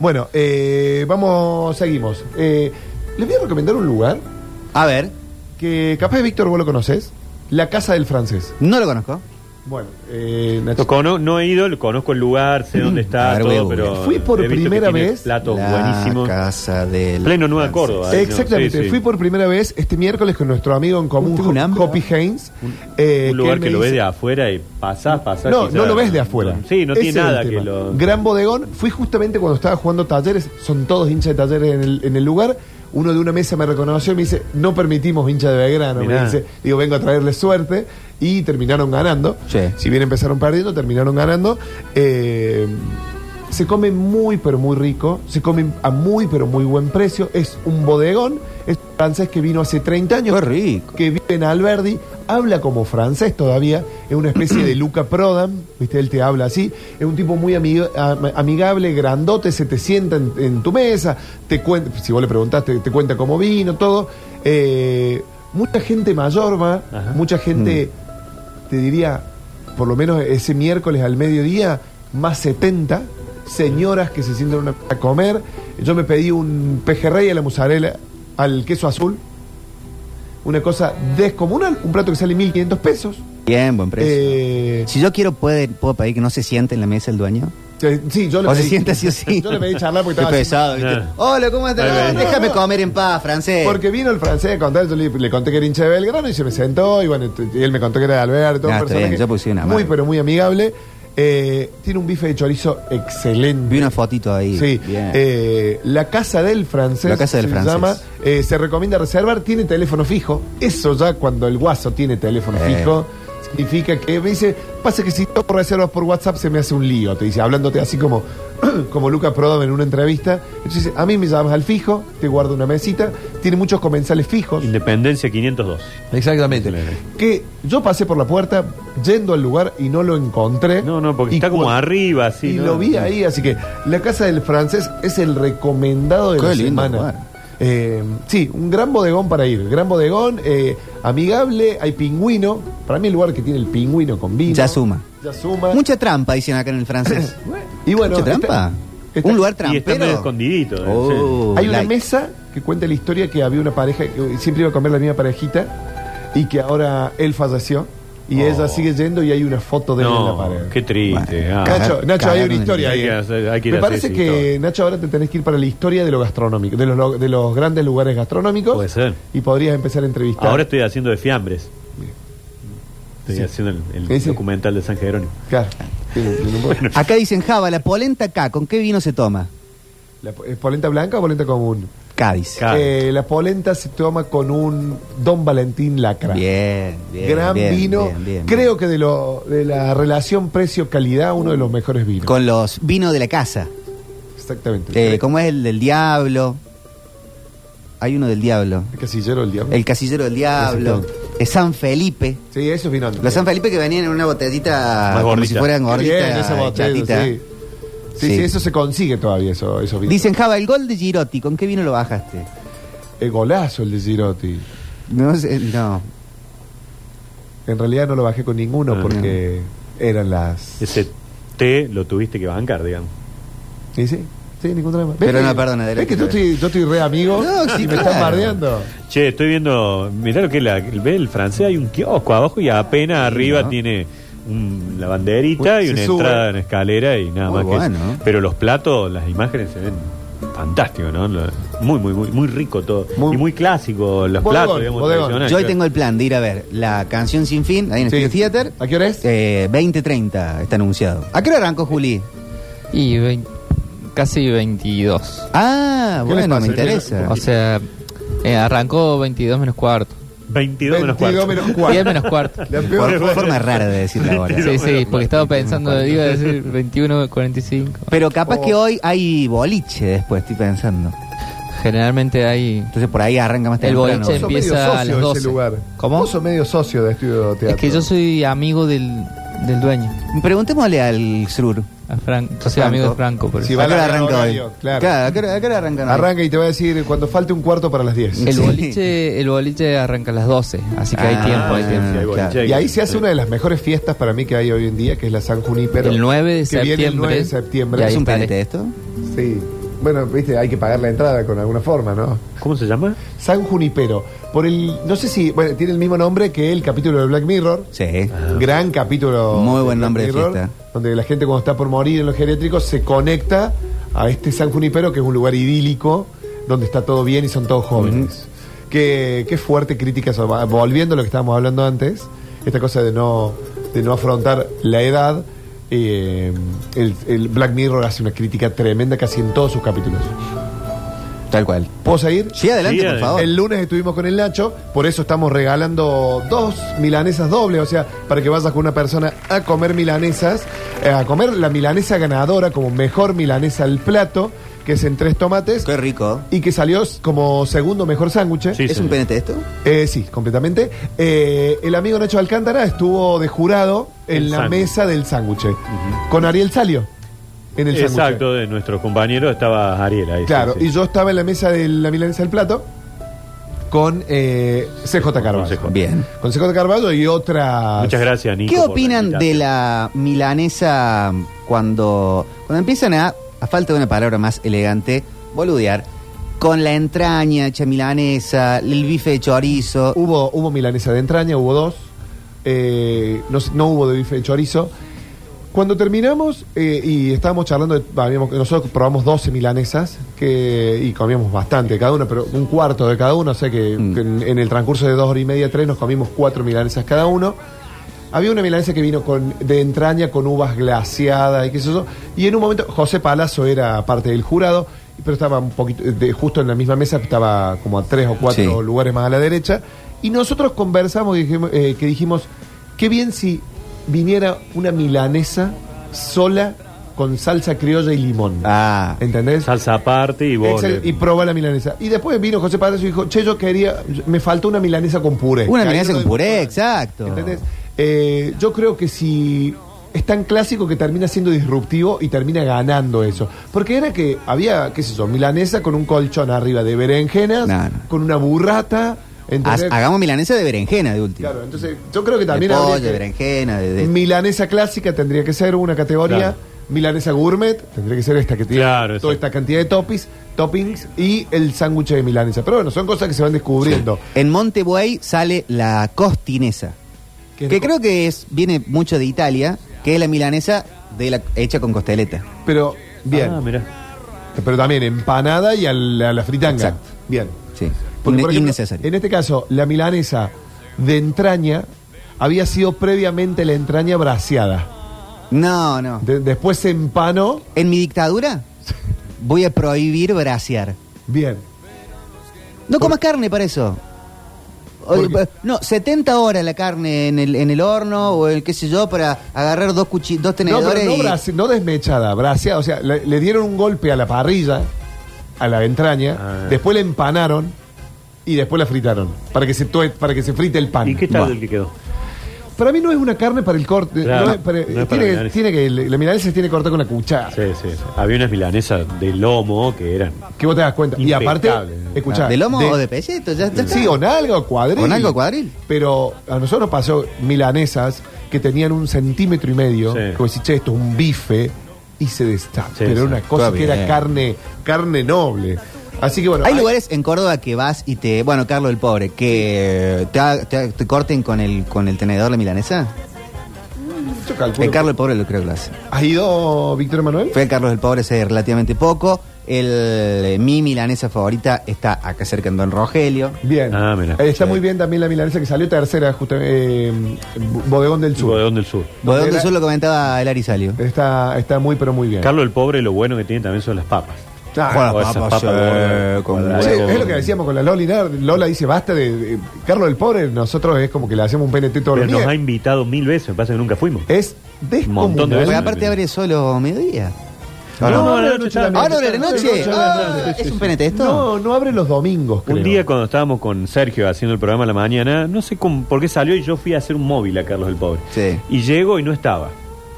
Speaker 5: Bueno, eh, vamos, seguimos. Eh, les voy a recomendar un lugar
Speaker 3: A ver,
Speaker 5: que capaz Víctor vos lo conoces, la casa del francés.
Speaker 3: no lo conozco.
Speaker 5: Bueno, eh, Nacho.
Speaker 4: Lo cono- no he ido, lo conozco el lugar, sé dónde está,
Speaker 3: A ver, voy a
Speaker 4: todo,
Speaker 3: googlear.
Speaker 4: pero.
Speaker 5: Fui por
Speaker 4: he visto que
Speaker 5: primera
Speaker 4: tiene
Speaker 5: vez
Speaker 4: Platos
Speaker 3: Mm, La
Speaker 4: buenísimos.
Speaker 3: Casa del.
Speaker 4: Pleno Nueva
Speaker 3: francés.
Speaker 4: Córdoba. ahí, ¿no?
Speaker 5: Exactamente,
Speaker 4: Sí, sí.
Speaker 5: fui por primera vez este miércoles con nuestro amigo en común,
Speaker 3: Tengo un hambre,
Speaker 5: Hoppy Haynes. eh,
Speaker 4: un lugar
Speaker 5: él
Speaker 4: que
Speaker 5: me
Speaker 4: lo ves de
Speaker 5: dice-
Speaker 4: afuera y pasás, pasás.
Speaker 5: No,
Speaker 4: quizá-
Speaker 5: no lo ves de afuera.
Speaker 4: Sí, no
Speaker 5: Ese
Speaker 4: tiene
Speaker 5: es el
Speaker 4: nada que
Speaker 5: tema.
Speaker 4: lo.
Speaker 5: Gran bodegón. Fui justamente cuando estaba jugando talleres. Son todos hinchas de talleres en el, en el lugar. Uno de una mesa me reconoció y me dice, no permitimos hincha de Belgrano. Me
Speaker 4: Mirá.
Speaker 5: dice, digo, vengo a traerle suerte. Y terminaron ganando.
Speaker 3: Sí.
Speaker 5: Si bien empezaron perdiendo, terminaron ganando. Eh, se come muy, pero muy rico. Se come a muy, pero muy buen precio. Es un bodegón. Es un francés que vino hace 30 años
Speaker 3: Qué rico.
Speaker 5: que vive en Alberdi, habla como francés todavía, es una especie de Luca Prodan, ¿viste? Él te habla así, es un tipo muy amiga- am- amigable, grandote, se te sienta en, en tu mesa, te cuen- si vos le preguntaste, te cuenta cómo vino, todo. Eh, mucha gente mayor va,
Speaker 4: Ajá.
Speaker 5: mucha gente,
Speaker 3: Mm.
Speaker 5: te diría, por lo menos ese miércoles al mediodía, más 70 señoras que se sientan en una- a comer. Yo me pedí un pejerrey a la mozzarella, al queso azul, una cosa descomunal, un plato que sale 1500 pesos.
Speaker 3: Bien, buen precio.
Speaker 5: Eh,
Speaker 3: Si yo quiero, puede, ¿puedo pedir que no se siente en la mesa el dueño?
Speaker 5: Eh, Sí, yo le
Speaker 3: O se
Speaker 5: pedí-
Speaker 3: sienta así o sí.
Speaker 5: Yo le pedí charlar porque
Speaker 3: Qué
Speaker 5: estaba. así.
Speaker 3: pesado, ¿viste?
Speaker 4: Ah.
Speaker 3: Hola, ¿cómo estás?
Speaker 4: Ahí
Speaker 3: No,
Speaker 4: ven.
Speaker 3: déjame comer en paz, francés.
Speaker 5: Porque vino el francés a contar, yo le, le conté que era hincha de Belgrano y se me sentó y bueno, t- y él me contó que era de Alberto.
Speaker 3: Ah,
Speaker 5: un
Speaker 3: está
Speaker 5: personaje
Speaker 3: bien, yo puse una
Speaker 5: Muy,
Speaker 3: mano.
Speaker 5: pero muy amigable. Eh, tiene un bife de chorizo excelente.
Speaker 3: Vi una fotito ahí.
Speaker 5: Sí,
Speaker 3: Bien.
Speaker 5: eh, la casa del francés.
Speaker 3: La Casa del
Speaker 5: se
Speaker 3: Francés.
Speaker 5: llama, eh, se recomienda reservar, tiene teléfono fijo. Eso ya cuando el guaso tiene teléfono
Speaker 3: Eh.
Speaker 5: fijo, significa que me dice, pasa que si tomo reservas por WhatsApp se me hace un lío. Te dice, hablándote así como, como Lucas Prodom en una entrevista. Entonces dice, a mí me llamas al fijo, te guardo una mesita. Tiene muchos comensales fijos.
Speaker 4: Independencia 502.
Speaker 5: Exactamente. Que yo pasé por la puerta yendo al lugar y no lo encontré.
Speaker 4: No, no, porque
Speaker 5: Y
Speaker 4: está como
Speaker 5: cua-
Speaker 4: arriba, así.
Speaker 5: y
Speaker 4: ¿no?
Speaker 5: lo vi ahí, así que la casa del francés es el recomendado de
Speaker 3: Qué
Speaker 5: la
Speaker 3: lindo lugar.
Speaker 5: semana. Eh, sí, un gran bodegón para ir. Gran bodegón, eh, amigable, hay pingüino. Para mí el lugar que tiene el pingüino con vino.
Speaker 3: Ya suma.
Speaker 5: Ya suma.
Speaker 3: Mucha trampa, dicen acá en el francés.
Speaker 5: y bueno,
Speaker 3: Mucha
Speaker 5: está-
Speaker 3: trampa.
Speaker 5: está-
Speaker 3: Un lugar
Speaker 4: Y está medio
Speaker 3: trampero.
Speaker 4: escondidito. ¿eh?
Speaker 3: Oh,
Speaker 5: Hay una
Speaker 3: like.
Speaker 5: mesa que cuenta la historia que había una pareja que eh, siempre iba a comer la misma parejita y que ahora él falleció y
Speaker 4: Oh.
Speaker 5: ella sigue yendo y hay una foto
Speaker 4: Sí.
Speaker 5: de él en la
Speaker 4: No,
Speaker 5: pared.
Speaker 4: qué triste.
Speaker 3: Bueno,
Speaker 4: ah.
Speaker 5: Nacho, Nacho, hay
Speaker 3: Cagaron
Speaker 5: una
Speaker 3: en-
Speaker 5: historia
Speaker 4: Hay
Speaker 5: ahí. eh.
Speaker 4: que hacer- hay que ir
Speaker 5: Me
Speaker 4: a hacer
Speaker 5: parece
Speaker 4: esa
Speaker 5: que,
Speaker 4: historia.
Speaker 5: Nacho, ahora te tenés que ir para la historia de lo gastronómico, de los, lo- de los grandes lugares gastronómicos.
Speaker 4: Puede ser.
Speaker 5: Y podrías empezar a entrevistar.
Speaker 4: Ahora estoy haciendo de fiambres. Estoy
Speaker 5: Sí.
Speaker 4: haciendo el, el
Speaker 5: Ese.
Speaker 4: documental de San Jerónimo.
Speaker 5: Claro. Sí, sí, no puedo.
Speaker 3: Acá dicen, Java, la polenta acá, ¿con qué vino se toma?
Speaker 5: La po- ¿Es polenta blanca o polenta común?
Speaker 3: Cádiz.
Speaker 4: Claro.
Speaker 5: Eh, la polenta se toma con un Don Valentín Lacra.
Speaker 3: Bien, bien.
Speaker 5: Gran
Speaker 3: bien,
Speaker 5: vino.
Speaker 3: bien, bien,
Speaker 5: Creo que de, lo, de la relación precio-calidad, uno de los mejores vinos.
Speaker 3: Con los vinos de la casa.
Speaker 5: Exactamente.
Speaker 3: Eh, ¿Cómo es el del diablo? Hay uno del diablo.
Speaker 5: El casillero del diablo.
Speaker 3: El casillero del diablo. Es San Felipe.
Speaker 5: Sí, eso es vino.
Speaker 3: Los San Felipe que venían en una botellita
Speaker 4: Más
Speaker 3: como
Speaker 4: gordita.
Speaker 3: si fueran
Speaker 5: Qué bien,
Speaker 3: gorditas,
Speaker 5: esa botella,
Speaker 3: chatitas.
Speaker 5: sí. Sí,
Speaker 3: Sí.
Speaker 5: sí, eso se consigue todavía, eso, esos vinos.
Speaker 3: Dicen, Java, el gol de Girotti, ¿con qué vino lo bajaste?
Speaker 5: El golazo el de Girotti.
Speaker 3: No, sé, no.
Speaker 5: En realidad no lo bajé con ninguno
Speaker 4: Ah,
Speaker 5: porque eran las.
Speaker 4: Ese té lo tuviste que bancar, digamos.
Speaker 5: ¿Y sí? Sí, ningún drama. ¿Ves
Speaker 3: Pero
Speaker 5: que-
Speaker 3: no, perdona,
Speaker 5: ¿Ves
Speaker 3: adelante.
Speaker 5: que yo estoy, yo estoy re amigo
Speaker 3: No, sí,
Speaker 5: y me
Speaker 3: claro.
Speaker 5: están bardeando?
Speaker 4: Che, estoy viendo, mirá lo que es la, ve el francés, hay un kiosco abajo y apenas arriba
Speaker 3: ¿no?
Speaker 4: tiene un- la banderita
Speaker 5: Uy,
Speaker 4: y
Speaker 5: se
Speaker 4: una
Speaker 5: sube.
Speaker 4: entrada en escalera y nada
Speaker 3: Muy
Speaker 4: más que
Speaker 3: bueno.
Speaker 4: eso. Pero los platos, las imágenes se ven fantásticos, ¿no? Lo- Muy, muy, muy, muy rico todo.
Speaker 5: Muy-
Speaker 4: y muy clásico los
Speaker 5: Bodegón,
Speaker 4: platos, digamos,
Speaker 5: bodegón.
Speaker 4: tradicionales.
Speaker 3: Yo hoy tengo el plan de ir a ver la canción Sin Fin, ahí en el
Speaker 5: Sí.
Speaker 3: Theater.
Speaker 5: ¿A qué hora es?
Speaker 3: Eh, 20.30 está anunciado. ¿A qué hora arrancó, Juli?
Speaker 7: Y vein- casi 22.
Speaker 3: Ah,
Speaker 5: ¿Qué les
Speaker 3: bueno,
Speaker 5: pasa?
Speaker 3: me interesa.
Speaker 7: O sea, eh, arrancó 22 menos cuarto.
Speaker 4: 22 menos
Speaker 5: 22
Speaker 4: cuarto.
Speaker 5: menos
Speaker 7: 10
Speaker 5: cuatro.
Speaker 7: menos cuarto.
Speaker 3: Por-
Speaker 5: La peor
Speaker 3: por forma rara de decir la hora.
Speaker 7: Sí, sí, porque estaba pensando, iba a decir 21, 45.
Speaker 3: Pero capaz que hoy hay boliche después, estoy pensando.
Speaker 7: Generalmente hay...
Speaker 3: Entonces por ahí arranca más
Speaker 7: El
Speaker 3: temprano.
Speaker 7: boliche
Speaker 5: Sos
Speaker 7: empieza-
Speaker 5: medio
Speaker 7: a
Speaker 5: socio
Speaker 7: las
Speaker 5: de
Speaker 7: 12.
Speaker 5: ese lugar.
Speaker 7: ¿Cómo?
Speaker 5: Vos sos medio socio de estudio teatro.
Speaker 7: Es que yo soy amigo del, del dueño,
Speaker 3: Preguntémosle al Sur.
Speaker 7: a Franco. Yo soy amigo de Franco, por
Speaker 5: Sí,
Speaker 7: eso.
Speaker 5: va
Speaker 3: ¿A qué hora
Speaker 5: a la
Speaker 3: arranca hoy?
Speaker 5: horario, claro.
Speaker 3: ¿a qué hora- a qué hora arrancan hoy?
Speaker 5: Arranca y te va a decir cuando falte un cuarto para las 10.
Speaker 7: El
Speaker 3: Sí.
Speaker 7: boliche, el boliche arranca a las 12, así que
Speaker 3: Ah,
Speaker 7: hay tiempo, hay tiempo.
Speaker 4: sí, hay boliche.
Speaker 3: claro.
Speaker 5: Y ahí se hace una de las mejores fiestas para mí que hay hoy en día, que es la San Junípero.
Speaker 7: El 9 de
Speaker 5: que Viene el 9 de septiembre.
Speaker 7: septiembre. Y ahí
Speaker 3: ¿Es un
Speaker 7: estaré.
Speaker 3: penete esto?
Speaker 5: Sí. Bueno, viste, hay que pagar la entrada con alguna forma, ¿no?
Speaker 4: ¿Cómo se llama?
Speaker 5: San Junipero. Por el. No sé si. Bueno, tiene el mismo nombre que el capítulo de Black Mirror.
Speaker 3: Sí.
Speaker 5: Gran capítulo.
Speaker 3: Muy
Speaker 5: de
Speaker 3: buen
Speaker 5: Black
Speaker 3: nombre de
Speaker 5: Mirror,
Speaker 3: fiesta.
Speaker 5: Donde la gente cuando está por morir en los geriátricos se conecta a este San Junipero, que es un lugar idílico, donde está todo bien y son todos jóvenes. qué, qué fuerte crítica. eso. Va- Volviendo a lo que estábamos hablando antes, esta cosa de no, de no afrontar la edad. eh, el, el Black Mirror hace una crítica tremenda casi en todos sus capítulos.
Speaker 3: Tal cual.
Speaker 5: ¿Puedo seguir?
Speaker 3: Sí, adelante,
Speaker 4: Sí,
Speaker 3: por
Speaker 4: adelante.
Speaker 3: favor.
Speaker 5: El lunes estuvimos con el Nacho, por eso estamos regalando dos milanesas dobles, o sea, para que vayas con una persona a comer milanesas, eh, a comer la milanesa ganadora como mejor milanesa al plato, que es en tres tomates,
Speaker 3: Qué rico.
Speaker 5: y que salió como segundo mejor sándwich.
Speaker 4: Sí,
Speaker 3: ¿Es un
Speaker 4: señor.
Speaker 3: penete esto?
Speaker 5: Eh, sí, completamente. Eh, el amigo Nacho Alcántara estuvo de jurado en
Speaker 4: El
Speaker 5: la
Speaker 4: sándwich.
Speaker 5: mesa del sándwich, con Ariel Salio, en el sándwich.
Speaker 4: Exacto, de nuestro compañero estaba Ariel ahí. sí,
Speaker 5: Claro,
Speaker 4: sí.
Speaker 5: y yo estaba en la mesa de la milanesa del plato con eh, CJ Carvalho.
Speaker 4: Con CJ.
Speaker 3: Bien.
Speaker 5: Con CJ Carvalho y otra...
Speaker 4: Muchas gracias, Nico.
Speaker 3: ¿Qué
Speaker 4: por
Speaker 3: opinan de
Speaker 4: invitación.
Speaker 3: la milanesa cuando, cuando empiezan a, a falta de una palabra más elegante, boludear? Con la entraña hecha milanesa, el bife de chorizo.
Speaker 5: Hubo, hubo milanesa de entraña, hubo dos. Eh, no, sé, no hubo de bife de chorizo. Cuando terminamos eh, y estábamos charlando, de- habíamos- nosotros probamos 12 milanesas que, y comíamos bastante cada una, pero un cuarto de cada uno, o sea que, que en, en el transcurso de dos horas y media, tres, nos comimos cuatro milanesas cada uno. Había una milanesa que vino con, de entraña con uvas glaciadas y qué sé yo. Y en un momento, José Palazzo era parte del jurado, pero estaba un poquito, eh, de- justo en la misma mesa, estaba como a tres o cuatro
Speaker 3: Sí.
Speaker 5: lugares más a la derecha. Y nosotros conversamos y dijimos, eh, que dijimos, qué bien si viniera una milanesa sola con salsa criolla y limón.
Speaker 3: Ah,
Speaker 5: ¿Entendés?
Speaker 4: Salsa aparte y vos.
Speaker 5: Excel-
Speaker 4: le-
Speaker 5: y proba la milanesa. Y después vino José Padre y dijo, che, yo quería, me faltó una milanesa con puré.
Speaker 3: una
Speaker 5: Que ahí
Speaker 3: milanesa
Speaker 5: no
Speaker 3: con
Speaker 5: lo-
Speaker 3: puré, exacto.
Speaker 5: ¿Entendés? Eh, yo creo que si es tan clásico que termina siendo disruptivo y termina ganando eso. Porque era que había, qué sé yo, milanesa con un colchón arriba de berenjenas,
Speaker 3: No, no.
Speaker 5: con una burrata.
Speaker 3: Haz-
Speaker 5: ¿entendés?
Speaker 3: hagamos milanesa de berenjena de último.
Speaker 5: Claro, entonces yo creo que también
Speaker 3: de
Speaker 5: habría
Speaker 3: pollo, de
Speaker 5: que-
Speaker 3: berenjena, de, de-
Speaker 5: Milanesa clásica tendría que ser una categoría.
Speaker 4: Claro.
Speaker 5: Milanesa gourmet tendría que ser esta que tiene
Speaker 4: Claro, exacto.
Speaker 5: toda esta cantidad de topis, toppings y el sándwich de milanesa. Pero bueno, son cosas que se van descubriendo.
Speaker 3: En Montebuey sale la costinesa,
Speaker 5: Que-
Speaker 3: que creo que es viene mucho de Italia, que es la milanesa de la, hecha con costeleta.
Speaker 5: Pero bien,
Speaker 4: Ah, mirá.
Speaker 5: pero también empanada y a la, a la fritanga.
Speaker 3: Exacto.
Speaker 5: Bien.
Speaker 3: Sí.
Speaker 5: Porque,
Speaker 3: Inne-
Speaker 5: por ejemplo,
Speaker 3: innecesario.
Speaker 5: En este caso, la milanesa de entraña había sido previamente la entraña braseada.
Speaker 3: No, no.
Speaker 5: De- después se empanó.
Speaker 3: En mi dictadura voy a prohibir brasear.
Speaker 5: Bien.
Speaker 3: No comas carne para eso. O- eh,
Speaker 5: ¿Por qué?
Speaker 3: No, 70 horas la carne en el, en el horno o el qué sé yo para agarrar dos cuchi- dos
Speaker 5: No, pero
Speaker 3: tenedores
Speaker 5: no,
Speaker 3: y-
Speaker 5: brase- no desmechada, braseada. O sea, le, le dieron un golpe a la parrilla, a la entraña,
Speaker 4: Ah.
Speaker 5: después la empanaron y después la fritaron para que se, tue- para que se frite el pan.
Speaker 4: ¿Y qué tal
Speaker 5: Buah.
Speaker 4: el que quedó?
Speaker 5: Para mí no es una carne para el corte.
Speaker 4: Claro,
Speaker 5: no es para-
Speaker 4: no es para
Speaker 5: tiene, que,
Speaker 4: milanesa.
Speaker 5: tiene que- la milanesa se tiene que cortar con la cuchara.
Speaker 4: Sí, sí, sí. Había unas milanesas de lomo que eran.
Speaker 5: Que vos te das cuenta. Y
Speaker 4: Impecable.
Speaker 5: aparte, escuchá.
Speaker 3: ¿De lomo o de pelleto? Ya, ya está.
Speaker 5: Sí, o nalga o cuadril.
Speaker 3: O nalga o cuadril.
Speaker 5: Pero a nosotros nos pasó milanesas que tenían un centímetro y medio.
Speaker 4: Sí.
Speaker 5: Que vos decís, che, esto es un bife. Y se destapa.
Speaker 4: Sí,
Speaker 5: pero era
Speaker 4: sí.
Speaker 5: una cosa
Speaker 3: Está
Speaker 5: que era
Speaker 3: bien.
Speaker 5: carne, carne noble. Así que bueno.
Speaker 3: Hay lugares en Córdoba que vas y te. Bueno, Carlos el pobre, que te, ha- te ha- te corten con el, con el tenedor la milanesa.
Speaker 5: yo calculo
Speaker 3: El Carlos el pobre lo creo que lo hace.
Speaker 5: que- ¿Has ido, Víctor Manuel?
Speaker 3: Fue el Carlos el pobre hace relativamente poco. El, eh, mi milanesa favorita está acá cerca en Don Rogelio.
Speaker 5: Bien.
Speaker 4: Ah, mira.
Speaker 5: Eh, Está muy bien también la milanesa que salió tercera, justamente. eh, Bodegón del Sur.
Speaker 4: Bodegón del Sur.
Speaker 3: ¿De dónde
Speaker 5: Era-
Speaker 3: solo comentaba el Arisalio?
Speaker 5: Está, está muy, pero muy bien.
Speaker 4: Carlos el Pobre, lo bueno que tiene también son las papas.
Speaker 5: Ah,
Speaker 3: Con las
Speaker 4: o esas
Speaker 3: papas,
Speaker 4: papas,
Speaker 3: eh,
Speaker 4: con-
Speaker 3: con
Speaker 4: con-
Speaker 5: Sí,
Speaker 3: huevo.
Speaker 5: es lo que decíamos con la Lola. y Nar- Lola dice basta de, de- Carlos el Pobre. Nosotros es como que le hacemos un PNT todos
Speaker 4: Pero
Speaker 5: los
Speaker 4: nos
Speaker 5: días.
Speaker 4: ha invitado mil veces, me pasa que nunca fuimos.
Speaker 5: Es
Speaker 4: Un montón de
Speaker 5: descomunal.
Speaker 4: veces.
Speaker 3: Porque aparte abre solo mediodía.
Speaker 5: No,
Speaker 4: No,
Speaker 5: no,
Speaker 4: a la noche
Speaker 5: no, no,
Speaker 4: está
Speaker 5: no,
Speaker 3: Ah, no,
Speaker 5: no,
Speaker 3: de la
Speaker 5: no,
Speaker 3: noche.
Speaker 5: no, no, no,
Speaker 3: Ah,
Speaker 5: no,
Speaker 3: ¿Es un penete esto?
Speaker 5: No, no abre los domingos. creo.
Speaker 4: Un día cuando estábamos con Sergio haciendo el programa a la mañana, no sé cómo- por qué salió y yo fui a hacer un móvil a Carlos el Pobre.
Speaker 3: Sí.
Speaker 4: Y llego y no estaba.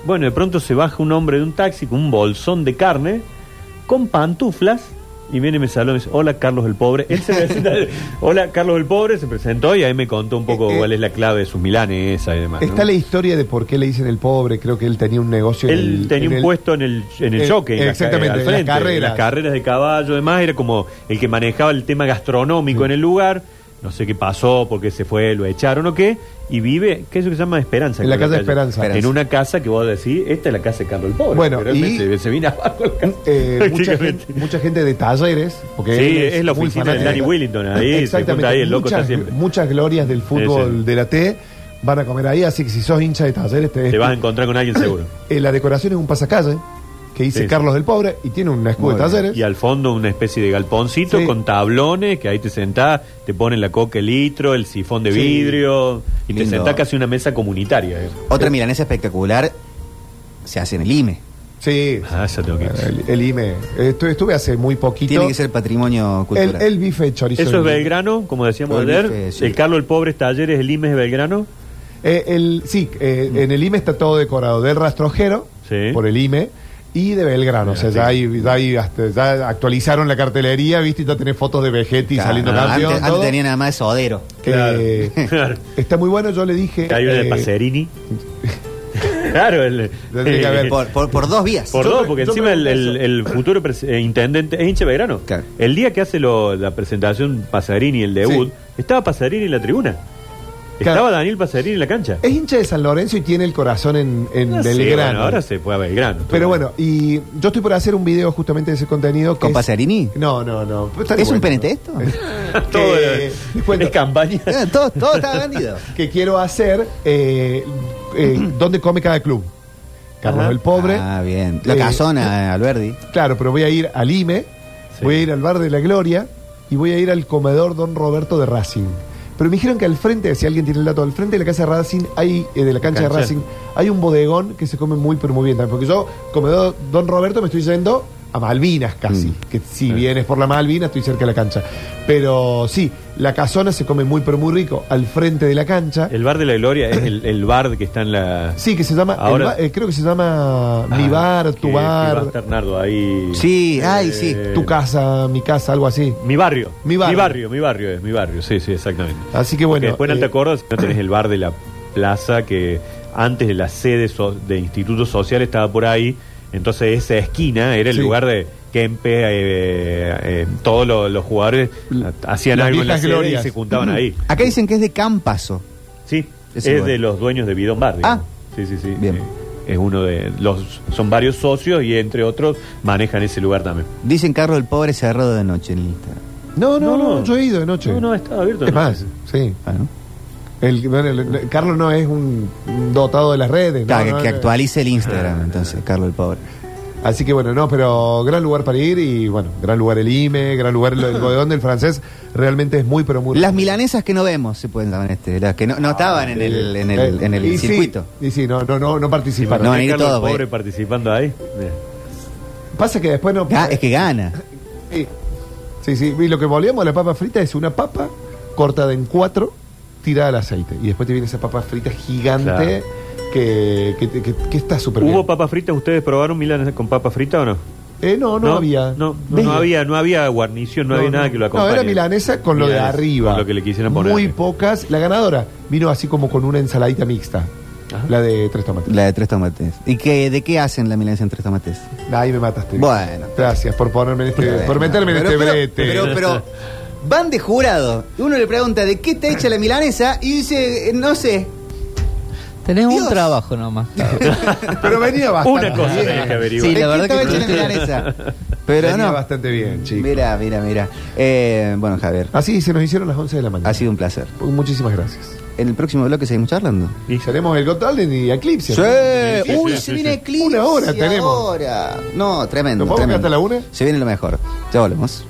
Speaker 4: Bueno, de pronto se baja un hombre de un taxi con un bolsón de carne, con pantuflas, y viene y me saluda y me dice, hola Carlos el Pobre. Él se presenta, hola Carlos el Pobre, se presentó y ahí me contó un poco
Speaker 5: Eh, eh,
Speaker 4: cuál es la clave de sus milanesa y demás. Ah, ¿no?
Speaker 5: Está la historia de por qué le dicen el pobre. Creo que él tenía un negocio. en
Speaker 4: Él
Speaker 5: el-
Speaker 4: tenía
Speaker 5: en
Speaker 4: un
Speaker 5: el-
Speaker 4: puesto en el, en el
Speaker 5: Eh,
Speaker 4: jockey, en la-
Speaker 5: exactamente,
Speaker 4: al
Speaker 5: en las
Speaker 4: frente, en
Speaker 5: carreras.
Speaker 4: las carreras de caballo, además, era como el que manejaba el tema gastronómico en el lugar. No sé qué pasó, porque se fue, lo echaron o qué. Y vive, ¿qué es lo que se llama Esperanza?
Speaker 5: En la
Speaker 4: creo,
Speaker 5: casa Esperanza.
Speaker 4: En una casa que vos decís, esta es la casa de Carlos el Pobre.
Speaker 5: Bueno,
Speaker 4: Pero él
Speaker 5: y-
Speaker 4: se, se vino abajo la casa.
Speaker 5: eh, mucha,
Speaker 4: Prácticamente.
Speaker 5: gente, mucha gente de talleres. Porque
Speaker 4: Sí,
Speaker 5: él
Speaker 4: es la
Speaker 5: muy
Speaker 4: oficina
Speaker 5: fanático.
Speaker 4: de Danny Willington, ahí, se
Speaker 5: Exactamente.
Speaker 4: junta ahí, el loco
Speaker 5: muchas,
Speaker 4: está siempre.
Speaker 5: muchas glorias del fútbol
Speaker 4: Sí, sí.
Speaker 5: de la T van a comer ahí. Así que si sos hincha de talleres, te,
Speaker 4: Te vas a encontrar con alguien seguro.
Speaker 5: Eh, la decoración es un pasacalle que dice
Speaker 4: Sí, sí.
Speaker 5: Carlos del Pobre y tiene un escudo
Speaker 3: Muy
Speaker 5: de
Speaker 3: bien.
Speaker 5: talleres.
Speaker 4: Y al fondo una especie de galponcito
Speaker 5: Sí.
Speaker 4: con tablones, que ahí te sentás, te ponen la coca, el litro, el sifón de
Speaker 5: Sí.
Speaker 4: vidrio, y te
Speaker 3: Lindo.
Speaker 4: sentás casi una mesa comunitaria. eh.
Speaker 3: Otra milanesa espectacular se hace en el E. IME.
Speaker 5: Sí.
Speaker 4: Ah, esa tengo que ir.
Speaker 5: El, el IME. Estuve, estuve hace muy poquito.
Speaker 3: Tiene que ser patrimonio
Speaker 5: el, E,
Speaker 3: cultural.
Speaker 5: el bife de chorizo.
Speaker 4: Eso es
Speaker 5: del-
Speaker 4: Belgrano, como decíamos
Speaker 3: Todo el
Speaker 4: ayer.
Speaker 3: bife, sí.
Speaker 4: El Carlos el Pobre es Talleres, el IMES es Belgrano.
Speaker 5: Eh, el, sí, eh, en el IME está todo decorado. Del rastrojero,
Speaker 4: Sí.
Speaker 5: por el IME, y de Belgrano. o sea,
Speaker 4: Sí.
Speaker 5: ya, hay- ya hay hasta- ya actualizaron la cartelería, ¿viste? Y ya tenés fotos de Vegetti
Speaker 3: Claro,
Speaker 5: saliendo campeón.
Speaker 3: antes, antes
Speaker 5: todo.
Speaker 3: tenía nada más de sodero.
Speaker 5: Eh,
Speaker 4: Claro.
Speaker 5: Está muy bueno, yo le dije.
Speaker 4: Hay una de
Speaker 5: eh,
Speaker 4: Pacerini. claro, el, eh,
Speaker 5: Tendría que haber-
Speaker 3: Por, por- por dos vías.
Speaker 4: Por
Speaker 5: Yo
Speaker 4: dos,
Speaker 5: pre-
Speaker 4: porque
Speaker 5: yo
Speaker 4: encima el,
Speaker 5: pregunto
Speaker 4: el- el futuro pres- eh, intendente es hincha de Belgrano.
Speaker 3: Claro.
Speaker 4: El día que hace lo- la presentación Pasarini, el debut,
Speaker 5: Sí.
Speaker 4: estaba Pasarini en la tribuna. Estaba Daniel Pasarini en la cancha.
Speaker 5: Es hincha de San Lorenzo y tiene el corazón en, en
Speaker 4: No sé,
Speaker 5: Belgrano.
Speaker 4: bueno, ahora se fue a Belgrano.
Speaker 5: Pero bueno, y yo estoy por hacer un video justamente de ese contenido. que
Speaker 3: ¿Con
Speaker 5: es-
Speaker 3: Pasarini?
Speaker 5: No, no, no. Pero está
Speaker 3: ¿Es un
Speaker 5: bueno.
Speaker 3: penete esto?
Speaker 4: Todo
Speaker 5: Eh, les
Speaker 4: es,
Speaker 5: cuento.
Speaker 4: es campaña.
Speaker 3: Eh, todo, todo está vendido.
Speaker 5: que quiero hacer eh, eh, dónde come cada club. Carlos
Speaker 4: Ajá.
Speaker 5: el Pobre.
Speaker 3: Ah, bien. La
Speaker 5: Eh,
Speaker 3: casona, eh, Alberdi.
Speaker 5: Claro, pero voy a ir al IME,
Speaker 4: Sí.
Speaker 5: voy a ir al Bar de la Gloria y voy a ir al comedor Don Roberto de Racing. Pero me dijeron que al frente, si alguien tiene el dato, al frente de la casa de Racing, hay, eh, de la cancha, de
Speaker 4: Cancha.
Speaker 5: Racing, hay un bodegón que se come muy, pero muy bien. también, Porque yo, comedor Don Roberto, me estoy yendo a Malvinas casi.
Speaker 4: Mm.
Speaker 5: Que si vienes por la Malvinas, estoy cerca de la cancha. Pero sí, la casona se come muy, pero muy rico al frente de la cancha.
Speaker 4: El bar de la gloria es el, el bar que está en la.
Speaker 5: Sí, que se llama, el
Speaker 4: Ahora-
Speaker 5: ba- eh, creo que se llama
Speaker 4: Ah,
Speaker 5: Mi Bar,
Speaker 4: que-
Speaker 5: Tu
Speaker 4: que va a
Speaker 5: Bar,
Speaker 4: estar Nardo ahí. eh,
Speaker 3: Sí, ay, sí.
Speaker 5: Tu Casa, Mi Casa, algo así.
Speaker 4: Mi barrio.
Speaker 5: Mi barrio.
Speaker 4: Mi barrio, mi barrio es, mi barrio. Sí, sí, exactamente.
Speaker 5: Así que
Speaker 4: Porque
Speaker 5: bueno.
Speaker 4: después en
Speaker 5: eh,
Speaker 4: Alta Córdoba si no tenés el bar de la plaza que antes de la sede so- de Instituto Social estaba por ahí. Entonces esa esquina era el
Speaker 5: Sí.
Speaker 4: lugar de Kempe, eh, eh, todos los, los jugadores hacían
Speaker 5: Las
Speaker 4: algo en la
Speaker 5: viejas
Speaker 4: sede
Speaker 5: glorias.
Speaker 4: y se juntaban ahí.
Speaker 3: Acá dicen que es de Campaso.
Speaker 4: Sí, es,
Speaker 3: Ese lugar.
Speaker 4: de los dueños de Bidon Bar. digamos.
Speaker 5: Ah,
Speaker 4: Sí, sí, sí.
Speaker 3: Bien.
Speaker 4: Eh, Es uno de los, son varios socios y entre otros manejan ese lugar también.
Speaker 3: Dicen Carlos el Pobre cerrado de noche en el Instagram.
Speaker 5: No, no, no, yo he ido de noche.
Speaker 4: No, no, está abierto. de
Speaker 5: es más,
Speaker 4: noche.
Speaker 5: sí.
Speaker 3: Ah, ¿no?
Speaker 5: El, bueno, el- el- Carlos no es un un dotado de las redes.
Speaker 3: Claro, que,
Speaker 5: no, no,
Speaker 3: que
Speaker 5: no.
Speaker 3: actualice el Instagram, entonces, Carlos el Pobre.
Speaker 5: Así que bueno, no, pero gran lugar para ir y bueno, gran lugar el IME, gran lugar el, el bodegón del francés. Realmente es muy, pero muy.
Speaker 3: Las milanesas que no vemos se pueden llamar este, las que no, no estaban en el, en el,
Speaker 5: Eh,
Speaker 3: en el
Speaker 5: y sí,
Speaker 3: circuito.
Speaker 5: y sí, no, no, no, no participan.
Speaker 3: No, van a ir
Speaker 4: Carlos
Speaker 3: todos,
Speaker 4: Pobre
Speaker 3: güey.
Speaker 4: participando ahí. Mira.
Speaker 5: Pasa que después no.
Speaker 3: Ga- Ah, es que gana.
Speaker 5: Sí. sí, sí. Y lo que volvíamos a la papa frita es una papa cortada en cuatro, tirada al aceite. Y después te viene esa papa frita gigante que, que, que- que está súper
Speaker 4: ¿Hubo
Speaker 5: bien.
Speaker 4: papas fritas? ¿Ustedes probaron Milan con papas fritas o no?
Speaker 5: Eh, no, no, había.
Speaker 4: No, no,
Speaker 5: ¿Ves?
Speaker 4: no había, no había guarnición, no,
Speaker 5: No,
Speaker 4: había nada
Speaker 5: no.
Speaker 4: que lo
Speaker 5: No,
Speaker 4: acompañe.
Speaker 5: era milanesa con lo
Speaker 4: Milanesa,
Speaker 5: de arriba.
Speaker 4: con lo que le quisieran poner.
Speaker 5: Muy pocas. La ganadora vino así como con una ensaladita mixta.
Speaker 4: Ajá.
Speaker 5: La de tres tomates.
Speaker 3: La de tres tomates. ¿Y qué, de qué hacen la milanesa en tres tomates?
Speaker 5: Ahí me mataste.
Speaker 3: Bueno.
Speaker 5: Gracias por ponerme en este, por meterme en
Speaker 3: Pero-
Speaker 5: este
Speaker 3: pero-
Speaker 5: brete.
Speaker 3: Pero, pero van de jurado. Uno le pregunta de qué está hecha la milanesa y dice, eh, no sé.
Speaker 7: Tenés
Speaker 3: Dios.
Speaker 7: un trabajo nomás.
Speaker 5: Pero venía bastante
Speaker 4: Una cosa
Speaker 5: bien.
Speaker 4: tenés que
Speaker 7: Sí,
Speaker 3: ¿De
Speaker 4: averiguar.
Speaker 7: la
Speaker 3: qué
Speaker 7: verdad
Speaker 3: estaba
Speaker 7: que
Speaker 3: hecha la
Speaker 7: tuviste-
Speaker 3: milanesa? Pero
Speaker 5: venía
Speaker 3: no.
Speaker 5: bastante bien, chicos.
Speaker 3: Mira, mira, mira. Eh, bueno, Javier,
Speaker 5: Así se nos hicieron las 11 de la mañana. Pues
Speaker 3: ha sido un placer.
Speaker 5: Muchísimas gracias.
Speaker 3: En el próximo bloque seguimos charlando.
Speaker 5: Y seremos el Got Talent y Eclipse.
Speaker 4: sí,
Speaker 3: Uy,
Speaker 4: sí,
Speaker 3: se
Speaker 4: sí,
Speaker 3: viene
Speaker 4: sí.
Speaker 3: Eclipse.
Speaker 5: Una hora tenemos.
Speaker 3: ahora. No, tremendo.
Speaker 5: ¿Nos
Speaker 3: tremendo.
Speaker 5: podemos quedar hasta la una?
Speaker 3: Se viene lo mejor. Ya volvemos.